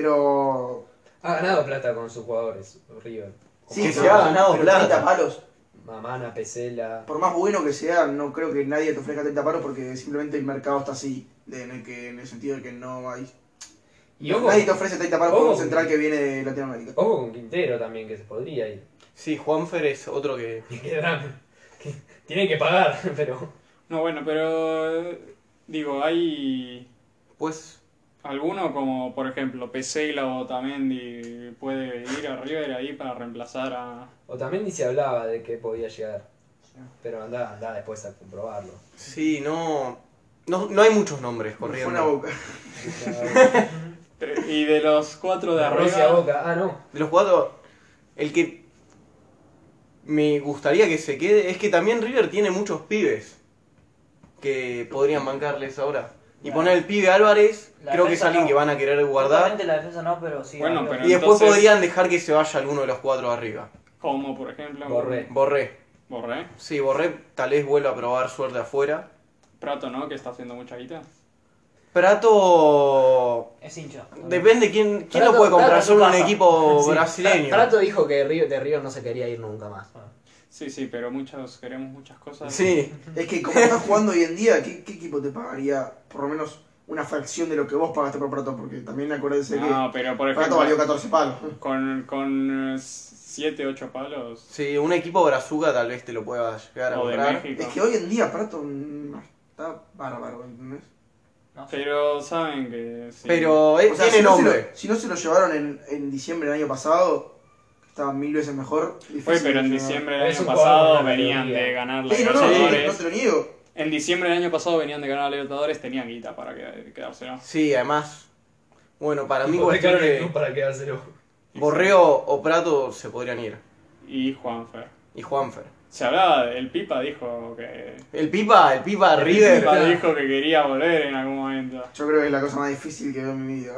Speaker 3: Pero.
Speaker 6: Ha ganado plata con sus jugadores, River.
Speaker 2: Sí,
Speaker 3: pero-
Speaker 2: se ha ganado
Speaker 3: pero
Speaker 2: plata.
Speaker 3: 30 palos.
Speaker 6: Mamana, Pesela.
Speaker 3: Por más bueno que sea, no creo que nadie te ofrezca 30 palos porque simplemente el mercado está así. de- en, el que, en el sentido de que no hay.
Speaker 6: Y ojo,
Speaker 3: nadie te ofrece 30 palos por
Speaker 6: ojo.
Speaker 3: un central que viene de Latinoamérica.
Speaker 6: ojo con Quintero también, que se podría ir.
Speaker 2: Sí, Juanfer es otro que.
Speaker 6: Qué drama. Que Tienen que pagar, pero...
Speaker 4: No, bueno, pero. eh, Digo, hay.
Speaker 2: Pues.
Speaker 4: Alguno como, por ejemplo, Peseila o Tamendi puede ir a River ahí para reemplazar a.
Speaker 6: O también ni se hablaba de que podía llegar. Pero andá, andá después a comprobarlo.
Speaker 2: Sí, no. No, no hay muchos nombres
Speaker 3: Fue una
Speaker 2: corriendo.
Speaker 3: boca.
Speaker 4: Tre- Y de los cuatro de
Speaker 6: La Rusia
Speaker 4: arriba.
Speaker 6: Boca. Ah, no.
Speaker 2: De los cuatro, el que me gustaría que se quede es que también River tiene muchos pibes que podrían bancarles ahora. Y
Speaker 5: La-
Speaker 2: poner el pibe Álvarez,
Speaker 5: la
Speaker 2: creo que es
Speaker 5: defensa
Speaker 2: alguien
Speaker 5: no.
Speaker 2: que van a querer guardar.
Speaker 5: Seguramente la defensa no, pero sí.
Speaker 4: Bueno,
Speaker 5: arriba.
Speaker 4: pero-
Speaker 2: Y después
Speaker 4: Entonces-
Speaker 2: podrían dejar que se vaya alguno de los cuatro arriba.
Speaker 4: Como, por ejemplo.
Speaker 6: Borré.
Speaker 2: Borré.
Speaker 4: Borré.
Speaker 2: Sí, Borré tal vez vuelva a probar suerte afuera.
Speaker 4: Prato, ¿no? Que está haciendo mucha guita.
Speaker 2: Prato...
Speaker 5: Es hincha.
Speaker 2: Depende quién, quién lo
Speaker 6: Prato-
Speaker 2: puede comprar,
Speaker 6: Prato
Speaker 2: solo un
Speaker 6: pasa.
Speaker 2: equipo
Speaker 6: Sí.
Speaker 2: brasileño.
Speaker 6: Prato dijo que River- de River no se quería ir nunca más.
Speaker 4: Sí, sí, pero muchos queremos muchas cosas.
Speaker 2: Sí,
Speaker 3: Es que como estás jugando hoy en día, ¿qué, qué equipo te pagaría por lo menos una fracción de lo que vos pagaste por Prato? Porque también acuérdense
Speaker 4: No, pero por
Speaker 3: que Prato valió
Speaker 4: ejemplo.
Speaker 3: 14 palos.
Speaker 4: Con, con 7, 8 palos.
Speaker 2: sí, un equipo brazuca tal vez te lo pueda llegar a
Speaker 4: O de
Speaker 2: comprar.
Speaker 4: México.
Speaker 3: Es que hoy en día Prato mm, está bárbaro, ¿entendés?
Speaker 5: No sé.
Speaker 4: Pero saben que. sí.
Speaker 2: Pero eh,
Speaker 3: O sea,
Speaker 2: tiene
Speaker 3: si no se
Speaker 2: nombre.
Speaker 3: lo- si no se lo llevaron en, en diciembre del año pasado, que estaba mil veces mejor.
Speaker 4: Oye,
Speaker 3: difícil
Speaker 4: pero en
Speaker 3: de llevar.
Speaker 4: diciembre del
Speaker 6: Es
Speaker 4: año
Speaker 6: un jugador
Speaker 4: pasado
Speaker 6: de la
Speaker 4: venían
Speaker 6: categoría.
Speaker 4: de ganar la eh.
Speaker 3: Sí, no, no, no,
Speaker 4: Libertadores.
Speaker 3: no te lo niego.
Speaker 4: En diciembre del año pasado venían de ganar la Libertadores, tenían guita para que- quedársela.
Speaker 2: Sí, además. Bueno, para mí
Speaker 6: Porque
Speaker 2: cuestión
Speaker 6: quedaron en el
Speaker 2: que
Speaker 6: club para quedárselo.
Speaker 2: Borreo o Prato se podrían ir.
Speaker 4: Y Juanfer.
Speaker 2: Y Juanfer.
Speaker 4: Se hablaba, el Pipa dijo que.
Speaker 2: El Pipa, el Pipa River. eh,
Speaker 4: Pipa dijo que quería volver en algún momento.
Speaker 3: Yo creo que es la cosa más difícil que veo en mi vida.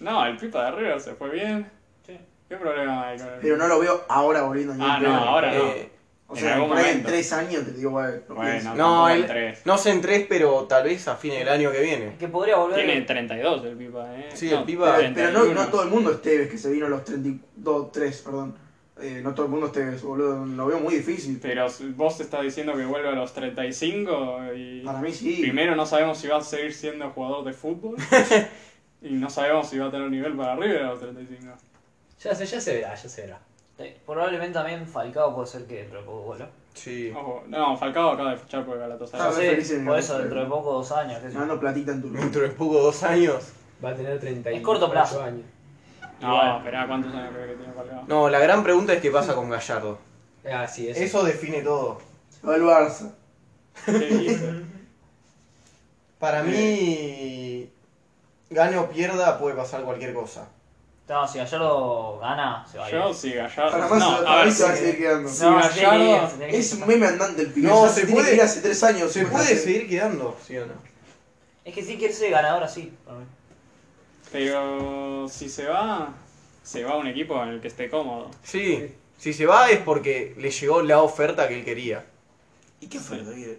Speaker 4: No, el Pipa de River se fue bien.
Speaker 5: Sí.
Speaker 4: ¿Qué problema hay con el
Speaker 3: Pero no lo veo ahora volviendo a
Speaker 4: Ah, no, ahora no.
Speaker 2: Eh,
Speaker 3: O
Speaker 4: en
Speaker 3: sea,
Speaker 4: algún
Speaker 3: por ahí en
Speaker 4: momento.
Speaker 3: tres años te digo, bueno, no pienso.
Speaker 4: Bueno,
Speaker 2: No,
Speaker 4: no,
Speaker 2: él-
Speaker 4: tres.
Speaker 2: no sé en tres, pero tal vez a fines del año que
Speaker 5: Es
Speaker 2: viene.
Speaker 5: que podría volver.
Speaker 4: Tiene 32 el Pipa, eh.
Speaker 2: Sí,
Speaker 4: No,
Speaker 2: el Pipa-
Speaker 3: Pero, pero no,
Speaker 4: 31.
Speaker 3: no todo el mundo es Tevez, que se vino a los 32, 3, perdón. eh, no todo el mundo esté, boludo. Lo veo muy difícil.
Speaker 4: Pero vos estás diciendo que vuelve a los 35 y
Speaker 3: Para mí sí.
Speaker 4: primero no sabemos si va a seguir siendo jugador de fútbol y no sabemos si va a tener nivel para River a los 35.
Speaker 6: Ya se, ya se verá, ya se verá.
Speaker 5: Eh, Probablemente también Falcao puede ser que dentro de poco vuelva.
Speaker 2: Sí.
Speaker 4: Ojo, no, Falcao acaba de fichar por
Speaker 5: No
Speaker 3: Ah,
Speaker 4: Galatasaray.
Speaker 3: sí.
Speaker 5: sé,
Speaker 3: felices,
Speaker 5: por
Speaker 3: ¿no?
Speaker 5: eso dentro de poco dos años. qué sé yo.
Speaker 3: Ganando platita en tu
Speaker 2: Dentro de poco dos años.
Speaker 6: Va a tener 38
Speaker 5: Es corto plazo.
Speaker 6: años.
Speaker 4: No, esperá, ¿cuántos años creo que tiene Falcao?
Speaker 2: No, la gran pregunta es qué pasa con Gallardo.
Speaker 6: Ah, sí, eso.
Speaker 2: Eso define todo.
Speaker 3: Se va al Barça.
Speaker 4: ¿Qué dice?
Speaker 2: Para mí, gane o pierda, puede pasar cualquier cosa.
Speaker 5: No, si Gallardo gana, se va a ir.
Speaker 4: Yo sí,
Speaker 3: Para
Speaker 4: Gallardo.
Speaker 3: más,
Speaker 4: No, a ver,
Speaker 3: se va a seguir quedando.
Speaker 4: si
Speaker 5: No, se tiene que ir, se
Speaker 4: Gallardo.
Speaker 5: tiene que ir.
Speaker 3: Es un meme andante el pibe.
Speaker 2: No,
Speaker 3: ya
Speaker 2: se
Speaker 3: tiene
Speaker 2: puede-
Speaker 3: que ir hace tres años.
Speaker 2: ¿Se puede seguir quedando? ¿Sí o no?
Speaker 5: Es que sí quiere ser ganador así. para mí.
Speaker 4: Pero si se va, se va a un equipo en el que esté cómodo.
Speaker 2: Sí. Si se va es porque le llegó la oferta que él quería.
Speaker 3: ¿Y qué oferta quiere?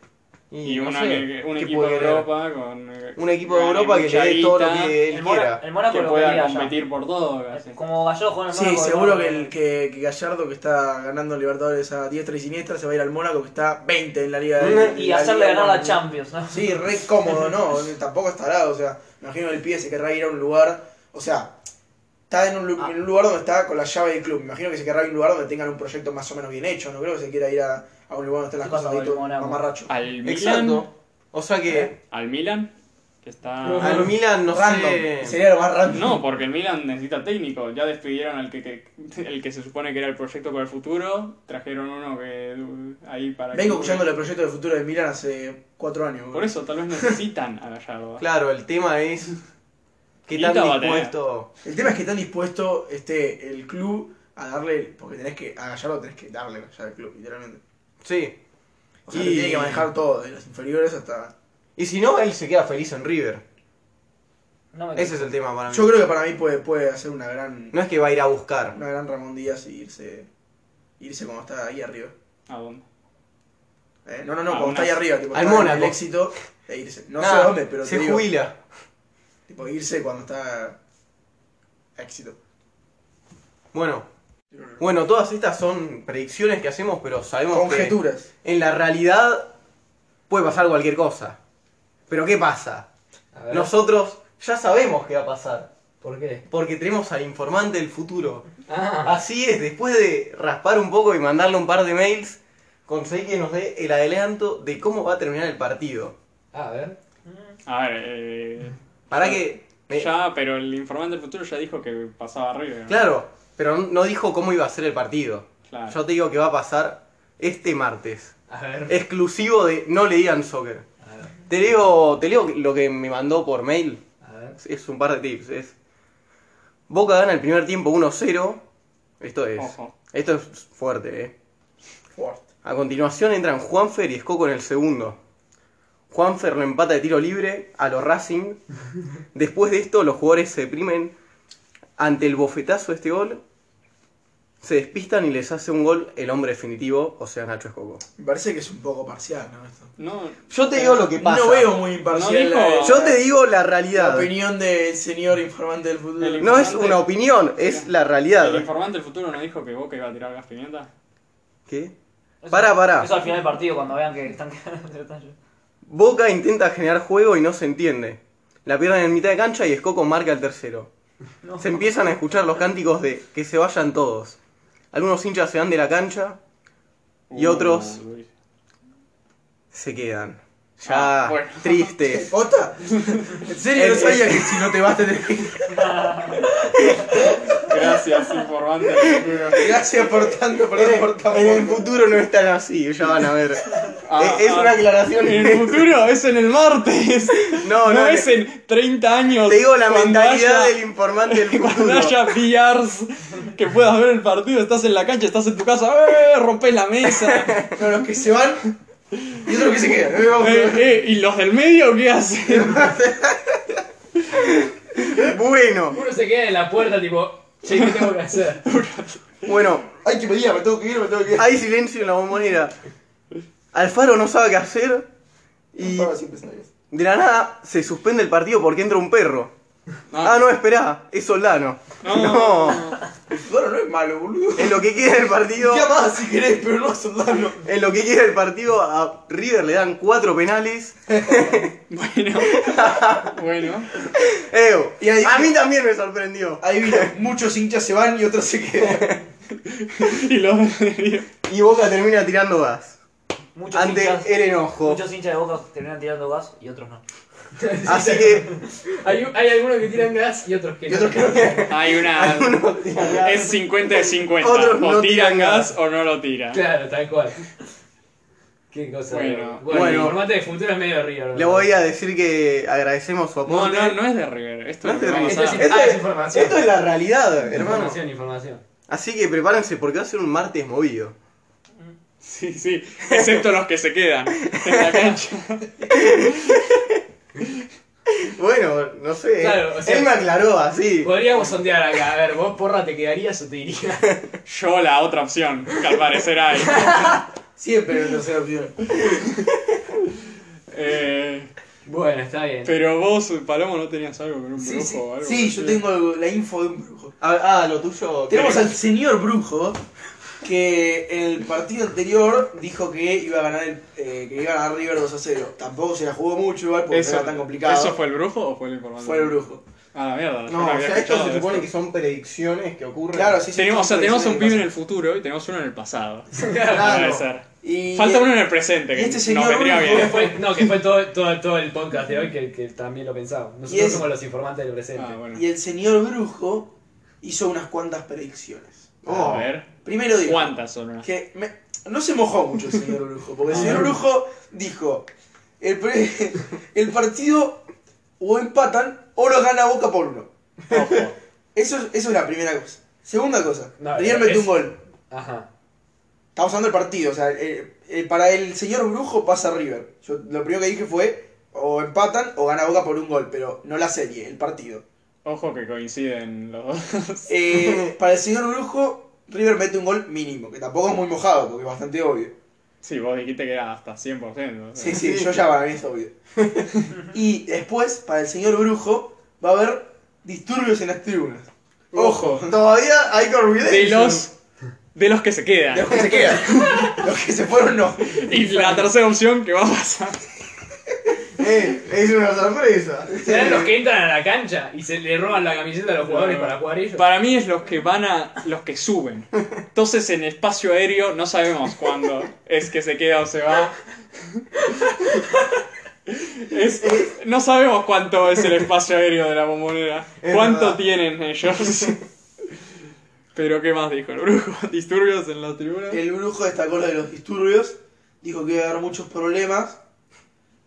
Speaker 4: Y
Speaker 2: no
Speaker 4: una-
Speaker 2: sé,
Speaker 4: que- un
Speaker 2: ¿qué
Speaker 4: equipo
Speaker 2: puede
Speaker 4: de
Speaker 2: querer?
Speaker 4: Europa con. eh,
Speaker 2: Un equipo de
Speaker 4: gane
Speaker 2: Europa que le
Speaker 4: mucha
Speaker 2: dé todo lo
Speaker 4: guita,
Speaker 2: que él
Speaker 5: El, Mora,
Speaker 2: quiera.
Speaker 5: el Mónaco
Speaker 4: que
Speaker 5: lo
Speaker 4: pueda
Speaker 5: quería
Speaker 4: competir por todo casi.
Speaker 5: ya. Como Gallardo juega en el
Speaker 3: Sí,
Speaker 5: Mónaco.
Speaker 3: seguro
Speaker 5: no,
Speaker 3: que, el, que, que Gallardo, que está ganando Libertadores a diestra y siniestra, se va a ir al Mónaco, que está 20 en la Liga de
Speaker 5: Mm, Y
Speaker 3: la
Speaker 5: hacerle
Speaker 3: Liga
Speaker 5: ganar la
Speaker 3: con-
Speaker 5: Champions, ¿no?
Speaker 3: Sí, re cómodo, ¿no? Tampoco estará, o sea, me imagino que el pibe se querrá ir a un lugar, o sea, está en un, lu-
Speaker 5: Ah.
Speaker 3: en un lugar donde está con la llave del club, me imagino que se querrá ir a un lugar donde tengan un proyecto más o menos bien hecho, no creo que se quiera ir a, a un lugar donde estén las
Speaker 5: Sí,
Speaker 3: cosas
Speaker 5: como
Speaker 3: ahí todo
Speaker 5: el Mónaco.
Speaker 3: mamarracho.
Speaker 4: Al Milan. ¿Eh?
Speaker 2: Exacto. O sea que
Speaker 4: Al Milan. Que está.
Speaker 2: al Milan no
Speaker 3: Random,
Speaker 2: sé...
Speaker 3: sería lo más random.
Speaker 4: No, porque el Milan necesita técnico. Ya despidieron al que, que- el que se supone que era el proyecto para el futuro. Trajeron uno que uh, ahí para. que-
Speaker 3: Vengo escuchando el proyecto de futuro de Milan hace cuatro años.
Speaker 4: Por eso tal vez necesitan a Gallardo.
Speaker 2: Claro, el tema es... ¿Qué
Speaker 4: Quinta
Speaker 2: tan
Speaker 4: va a tener.
Speaker 2: dispuesto?
Speaker 3: El tema es que tan dispuesto esté el club a darle, porque tenés que, a Gallardo tenés que darle la llave del club, literalmente.
Speaker 2: Sí.
Speaker 3: O sea,
Speaker 2: Y-
Speaker 3: le tiene que manejar todo, de las inferiores hasta...
Speaker 2: Y si no, él se queda feliz en River.
Speaker 5: No me-
Speaker 2: Ese es el tema para mí.
Speaker 3: Yo creo que para mí puede, puede hacer una gran...
Speaker 2: No es que va a ir a buscar.
Speaker 3: una gran Ramón Díaz y irse, irse como está ahí arriba.
Speaker 4: ¿A dónde?
Speaker 3: Eh, no, no, no,
Speaker 4: Ah,
Speaker 3: como
Speaker 4: una-
Speaker 3: está ahí arriba, tipo,
Speaker 2: Al
Speaker 3: está en
Speaker 2: Mónaco.
Speaker 3: el éxito e irse. No sé
Speaker 2: Nada,
Speaker 3: a dónde, pero
Speaker 2: se
Speaker 3: te digo,
Speaker 2: jubila.
Speaker 3: tipo, irse cuando está éxito.
Speaker 2: Bueno, bueno, todas estas son predicciones que hacemos, pero sabemos que
Speaker 3: Conjeturas.
Speaker 2: en la realidad puede pasar cualquier cosa. Pero ¿qué pasa?
Speaker 6: A ver,
Speaker 2: Nosotros ya sabemos qué va a pasar,
Speaker 6: ¿Por qué?
Speaker 2: porque tenemos al informante del futuro.
Speaker 6: Ah,
Speaker 2: Así es, después de raspar un poco y mandarle un par de mails, conseguí que nos dé el adelanto de cómo va a terminar el partido.
Speaker 6: Ah, a ver.
Speaker 4: A ver, eh,
Speaker 2: Para que... me-
Speaker 4: ya, pero el informante del futuro ya dijo que pasaba arriba. ¿no?
Speaker 2: Claro, pero no dijo cómo iba a ser el partido.
Speaker 4: Claro.
Speaker 2: Yo te digo que va a pasar este martes.
Speaker 6: A ver.
Speaker 2: exclusivo de No le digan soccer.
Speaker 6: A ver.
Speaker 2: Te leo, te leo lo que me mandó por mail.
Speaker 6: A ver.
Speaker 2: Es un par de tips. Es Boca gana el primer tiempo 1-0. Esto es.
Speaker 4: Ojo.
Speaker 2: Esto es fuerte, eh.
Speaker 3: Fuerte.
Speaker 2: A continuación entran Juanfer y Escoco en el segundo. Juanfer lo empata de tiro libre a los Racing. Después de esto, los jugadores se deprimen ante el bofetazo de este gol. Se despistan y les hace un gol el hombre definitivo, o sea, Nacho Escoco.
Speaker 3: Me parece que es un poco parcial, ¿no? Esto.
Speaker 4: No,
Speaker 2: Yo te digo lo que pasa.
Speaker 3: No veo muy imparcial
Speaker 4: No
Speaker 3: la-
Speaker 4: dijo-
Speaker 2: Yo te digo la
Speaker 3: la,
Speaker 2: realidad.
Speaker 3: opinión del señor informante del futuro.
Speaker 4: El-
Speaker 2: No es una opinión, es la
Speaker 4: el
Speaker 2: realidad.
Speaker 4: informante del futuro no dijo que Boca iba a tirar gas pimienta.
Speaker 2: ¿Qué?
Speaker 5: Eso-
Speaker 2: Pará, pará.
Speaker 5: Eso al final del partido, cuando vean que están se están-
Speaker 2: Boca intenta generar juego y no se entiende. La pierden en mitad de cancha y Escoco marca el tercero.
Speaker 5: No.
Speaker 2: Se empiezan a escuchar los cánticos de que se vayan todos. Algunos hinchas se van de la cancha, Y otros-
Speaker 4: Uy.
Speaker 2: se quedan. Ya
Speaker 4: Ah, bueno.
Speaker 2: tristes.
Speaker 3: ¿Posta? ¿En serio? No
Speaker 2: Eh,
Speaker 3: sabía que si no te vas te tenés que ir.
Speaker 4: Gracias, informante del futuro.
Speaker 3: Gracias por tanto, perdón por tanto.
Speaker 2: En el futuro no están así, ya van a ver. Eh,
Speaker 4: Ah,
Speaker 2: es es
Speaker 4: ah.
Speaker 2: una aclaración.
Speaker 4: En el futuro es en el martes.
Speaker 2: No,
Speaker 4: No,
Speaker 2: no,
Speaker 4: es
Speaker 2: te-
Speaker 4: en 30 años.
Speaker 2: Te digo la
Speaker 4: cuando
Speaker 2: mentalidad
Speaker 4: haya-
Speaker 2: del informante del
Speaker 4: Cuando
Speaker 2: futuro.
Speaker 4: haya VRs que puedas ver el partido, estás en la cancha, estás en tu casa, ¡eh! rompes la mesa.
Speaker 3: No, los que se van y otros que se quedan. Eh, vamos.
Speaker 4: Eh, eh, ¿Y los del medio qué hacen?
Speaker 2: Bueno.
Speaker 6: Uno se queda en la puerta, tipo, che, ¿qué tengo que hacer?
Speaker 2: Bueno,
Speaker 3: Ay, que me diga, me tengo que ir, me tengo que ir.
Speaker 2: hay silencio en la bombonera. Alfaro no sabe qué hacer y
Speaker 3: Bueno, siempre está bien.
Speaker 2: de la nada se suspende el partido porque entra un perro. Ah, no, esperá, es Soldano.
Speaker 4: No,
Speaker 2: No.
Speaker 3: Soldano no es malo, boludo.
Speaker 2: En lo que queda del partido,
Speaker 3: Ya más si querés, pero no a Soldano.
Speaker 2: en lo que queda del partido a River le dan cuatro penales.
Speaker 4: Bueno. bueno.
Speaker 2: Ew,
Speaker 3: Y ahí-
Speaker 2: a mí también me sorprendió.
Speaker 3: Adivina, muchos hinchas se van y otros se quedan.
Speaker 4: Y los de River.
Speaker 2: Y Boca termina tirando gas.
Speaker 5: Muchos
Speaker 2: Ante
Speaker 5: hinchas,
Speaker 2: el enojo.
Speaker 5: muchos hinchas de Boca terminan tirando gas y otros no.
Speaker 2: Así que
Speaker 6: Hay, un- hay algunos que tiran gas y otros que no.
Speaker 4: Hay una. Es 50 de 50.
Speaker 2: Otros no
Speaker 4: o tiran
Speaker 2: tiran
Speaker 4: gas o no lo tiran.
Speaker 6: Claro, tal cual. Qué cosa.
Speaker 4: Bueno,
Speaker 6: bueno,
Speaker 2: bueno.
Speaker 6: el formato de futuro es medio río.
Speaker 2: le voy a decir que agradecemos su
Speaker 4: No,
Speaker 2: aporte.
Speaker 4: no, no es de River. Esto
Speaker 2: No
Speaker 4: es
Speaker 2: es
Speaker 4: lo que
Speaker 2: de
Speaker 4: vamos
Speaker 6: Esto
Speaker 4: a
Speaker 6: es,
Speaker 4: hacer.
Speaker 2: Esto
Speaker 6: ah,
Speaker 2: es-
Speaker 6: es información.
Speaker 2: Esto es la realidad, hermano.
Speaker 6: Información, información.
Speaker 2: Así que prepárense porque va a ser un martes movido.
Speaker 4: Sí, sí. Excepto los que se quedan en la cancha.
Speaker 2: Bueno, no sé. ¿eh?
Speaker 6: Claro, o sea-
Speaker 2: Él me aclaró así.
Speaker 6: Podríamos sondear acá. A ver, ¿vos porra te quedarías o te irías?
Speaker 4: Yo la otra opción, que al parecer hay.
Speaker 3: Siempre la tercera opción.
Speaker 4: Eh,
Speaker 6: Bueno, está bien.
Speaker 4: pero vos, Palomo, no tenías algo con un
Speaker 3: Sí,
Speaker 4: brujo
Speaker 3: sí.
Speaker 4: o algo.
Speaker 3: Sí, yo
Speaker 4: así?
Speaker 3: tengo algo- la info de un brujo.
Speaker 2: Ah, ah, lo tuyo.
Speaker 3: Tenemos al señor brujo que en el partido anterior dijo que iba a ganar el, eh, que iba a ganar River 2 a 0. Tampoco se la jugó mucho igual porque no era tan complicado.
Speaker 4: ¿Eso fue el brujo o fue el informante?
Speaker 3: Fue el brujo.
Speaker 4: Ah, la mierda. yo
Speaker 2: No,
Speaker 4: había
Speaker 2: o sea, esto
Speaker 4: escuchado
Speaker 2: se
Speaker 4: de
Speaker 2: supone
Speaker 4: esto.
Speaker 2: que son predicciones que ocurren.
Speaker 3: Claro, sí, sí.
Speaker 4: Tenemos, o sea,
Speaker 3: sí,
Speaker 4: tenemos
Speaker 3: sí,
Speaker 4: un
Speaker 3: sí,
Speaker 4: pibe en
Speaker 3: sí.
Speaker 4: el futuro y tenemos uno en el pasado.
Speaker 2: Claro.
Speaker 4: Puede ser.
Speaker 3: Y
Speaker 4: Falta uno en el presente,
Speaker 3: y
Speaker 4: que
Speaker 3: este señor
Speaker 4: nos vendría
Speaker 3: brujo-
Speaker 6: Que
Speaker 4: bien.
Speaker 6: fue- no, que fue todo, todo, todo el podcast de hoy que, que también lo pensaba.
Speaker 3: Y
Speaker 6: Nosotros
Speaker 3: es-
Speaker 6: somos los informantes del presente.
Speaker 4: Ah, bueno.
Speaker 3: Y el señor brujo hizo unas cuantas predicciones.
Speaker 4: A ver,
Speaker 3: Primero dijo
Speaker 4: ¿cuántas son unas?
Speaker 3: que me- no se mojó mucho el señor brujo, porque el
Speaker 4: Ah.
Speaker 3: señor brujo dijo, el, pre- el partido o empatan o lo gana Boca por uno.
Speaker 4: Ojo.
Speaker 3: Eso, es- eso es la primera cosa. Segunda cosa,
Speaker 6: No,
Speaker 3: River
Speaker 6: es-
Speaker 3: metió un gol.
Speaker 6: Ajá.
Speaker 3: Estamos hablando del partido, o sea, el- el- para el señor brujo pasa River. Yo lo primero que dije fue, o empatan o gana Boca por un gol, pero no la serie, el partido.
Speaker 4: Ojo que coinciden los dos.
Speaker 3: Eh, para el señor brujo, River mete un gol mínimo, que tampoco es muy mojado, porque es bastante obvio.
Speaker 4: Sí, vos dijiste que era hasta 100%. o
Speaker 3: Sí,
Speaker 4: sea.
Speaker 3: sí, yo ya para mí es obvio. Y después, para el señor brujo, va a haber disturbios en las tribunas. Ojo,
Speaker 2: Todavía hay corrupción.
Speaker 4: De los, de los que se
Speaker 3: de
Speaker 4: quedan.
Speaker 3: los que se quedan. Los que se fueron no.
Speaker 4: Y la tercera opción que va a pasar.
Speaker 2: Eh, es una sorpresa.
Speaker 6: Serán los que entran a la cancha y se le roban la camiseta a los jugadores
Speaker 4: No.
Speaker 6: para jugar ellos.
Speaker 4: Para mí es los que van a. los que suben. Entonces en espacio aéreo no sabemos cuándo es que se queda o se va. Es- no sabemos cuánto es el espacio aéreo de la bombonera.
Speaker 2: Es
Speaker 4: ¿Cuánto
Speaker 2: verdad.
Speaker 4: tienen ellos? Pero ¿qué más dijo el brujo? ¿Disturbios en la tribuna?
Speaker 3: El brujo destacó lo de los disturbios, dijo que iba a haber muchos problemas.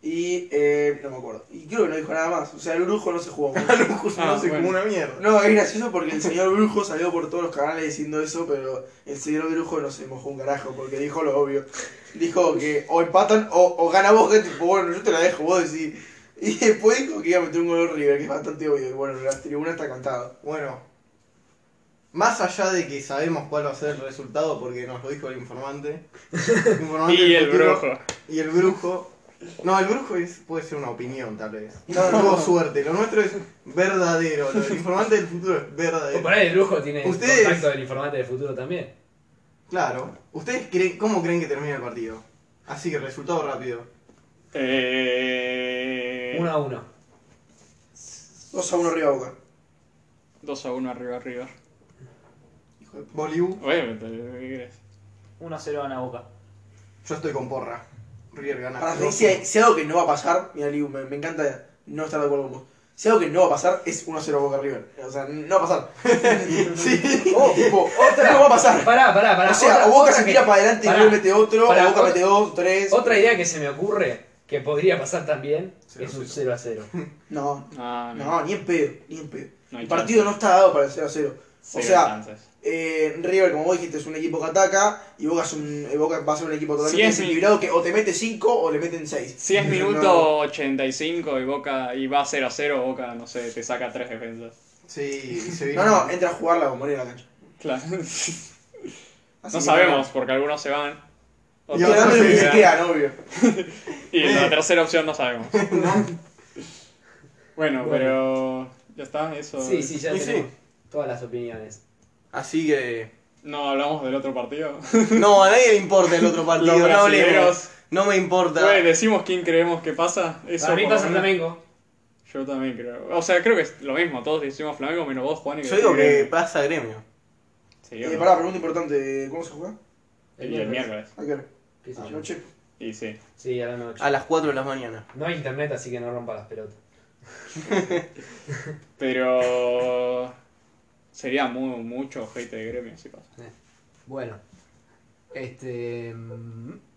Speaker 3: Y eh, no me acuerdo. Y creo que no dijo nada más. O sea, el brujo no se jugó. mucho.
Speaker 4: Ah,
Speaker 2: no sé,
Speaker 4: bueno.
Speaker 2: como una mierda.
Speaker 3: No, es gracioso porque el señor brujo salió por todos los canales diciendo eso, pero el señor brujo no se mojó un carajo porque dijo lo obvio. Dijo que o empatan o, o gana vos, que tipo, bueno, yo te la dejo, vos decís. Y después dijo que iba a meter un gol a River, que es bastante obvio. Y bueno, en la tribuna está cantado.
Speaker 2: Bueno, más allá de que sabemos cuál va a ser el resultado porque nos lo dijo el informante. El informante
Speaker 4: Y
Speaker 2: del
Speaker 4: el
Speaker 2: futuro.
Speaker 4: brujo.
Speaker 2: Y el brujo. No, el brujo es, puede ser una opinión, tal vez.
Speaker 3: No,
Speaker 2: No,
Speaker 3: no.
Speaker 2: no, suerte. Lo nuestro es verdadero. Lo del informante del futuro es
Speaker 6: O
Speaker 2: verdadero.
Speaker 6: por ahí el lujo tiene el
Speaker 2: Ustedes-
Speaker 6: contacto del informante del futuro también.
Speaker 2: Claro. ¿Ustedes creen, cómo creen que termina el partido? Así que resultado rápido.
Speaker 4: Eh,
Speaker 6: Uno a uno.
Speaker 3: 2 a 1 arriba Boca.
Speaker 4: 2 a 1 arriba, arriba.
Speaker 3: Hijo de p-
Speaker 2: Bolivú,
Speaker 4: Bueno, ¿qué querés?
Speaker 5: 1-0 gana Boca.
Speaker 2: yo estoy con porra. River gana.
Speaker 3: Para mí, si, hay- si hay algo que no va a pasar, mira, Liu, me, me encanta no estar de acuerdo con vos. Si hay algo que no va a pasar es 1-0 Boca River. O sea, no va a pasar.
Speaker 2: Sí.
Speaker 3: Oh, tipo, otra no va a pasar.
Speaker 6: Pará, pará, pará.
Speaker 3: O sea, o Boca se
Speaker 6: que-
Speaker 3: tira para adelante y
Speaker 6: pará.
Speaker 3: River mete otro,
Speaker 6: Pará,
Speaker 3: o Boca
Speaker 6: otra-
Speaker 3: mete dos, tres.
Speaker 6: Otra idea que se me ocurre que podría pasar también
Speaker 2: Cero
Speaker 6: es un
Speaker 2: cero.
Speaker 6: 0 a 0.
Speaker 3: No,
Speaker 4: Ah,
Speaker 3: No, ni en pedo, ni en pedo.
Speaker 4: No hay
Speaker 3: el partido no está dado para el 0 a 0.
Speaker 4: Cero
Speaker 3: o sea,
Speaker 4: chances.
Speaker 3: eh, River, como vos dijiste, es un equipo que ataca y Boca, es un, eh, Boca va a ser un equipo totalmente
Speaker 4: Sí, es mi-
Speaker 3: desequilibrado que o te mete 5 o le meten 6.
Speaker 4: Si es
Speaker 3: No,
Speaker 4: minuto 85 y Boca y va 0 a 0, Boca, no sé, te saca tres defensas.
Speaker 2: Sí, y se
Speaker 3: No,
Speaker 2: viene.
Speaker 3: no, entra a jugar la bombonera a la cancha.
Speaker 4: Claro.
Speaker 3: Así
Speaker 4: No
Speaker 3: que
Speaker 4: sabemos, porque algunos se van.
Speaker 3: Y
Speaker 4: otros
Speaker 3: hablando de los
Speaker 4: se
Speaker 3: que se
Speaker 4: quedan.
Speaker 3: quedan, obvio.
Speaker 4: Y la tercera opción no sabemos.
Speaker 2: No.
Speaker 4: Bueno, pero Ya está, eso.
Speaker 1: Sí, sí, ya
Speaker 2: Y
Speaker 1: tenemos
Speaker 2: sí.
Speaker 1: todas las opiniones.
Speaker 2: Así que.
Speaker 4: No hablamos del otro partido.
Speaker 2: No, a nadie le importa el otro partido.
Speaker 4: Los
Speaker 2: no hablemos.
Speaker 4: brasileros.
Speaker 2: No me importa.
Speaker 4: Güey, decimos quién creemos que pasa. Eso
Speaker 6: Para mí
Speaker 4: por lo
Speaker 6: pasa el
Speaker 4: menos-
Speaker 6: Flamengo.
Speaker 4: Yo también creo. O sea, creo que es lo mismo. Todos decimos Flamengo menos vos, Juan. Y
Speaker 2: Yo digo que
Speaker 4: decís
Speaker 2: pasa gremio.
Speaker 4: Sí,
Speaker 3: Eh,
Speaker 4: yo
Speaker 3: pará, pregunta importante, ¿cómo se juega?
Speaker 4: Y el miércoles.
Speaker 3: ¿A qué hora?
Speaker 1: ¿Qué
Speaker 4: Ah,
Speaker 1: sé yo?
Speaker 3: Anoche.
Speaker 4: Y sí.
Speaker 1: Sí, a la noche.
Speaker 2: A las 4 de la mañana.
Speaker 1: No hay internet, así que no rompa las pelotas.
Speaker 4: Pero. Sería muy, mucho hate de gremio si pasa.
Speaker 1: Bueno. Este. mm,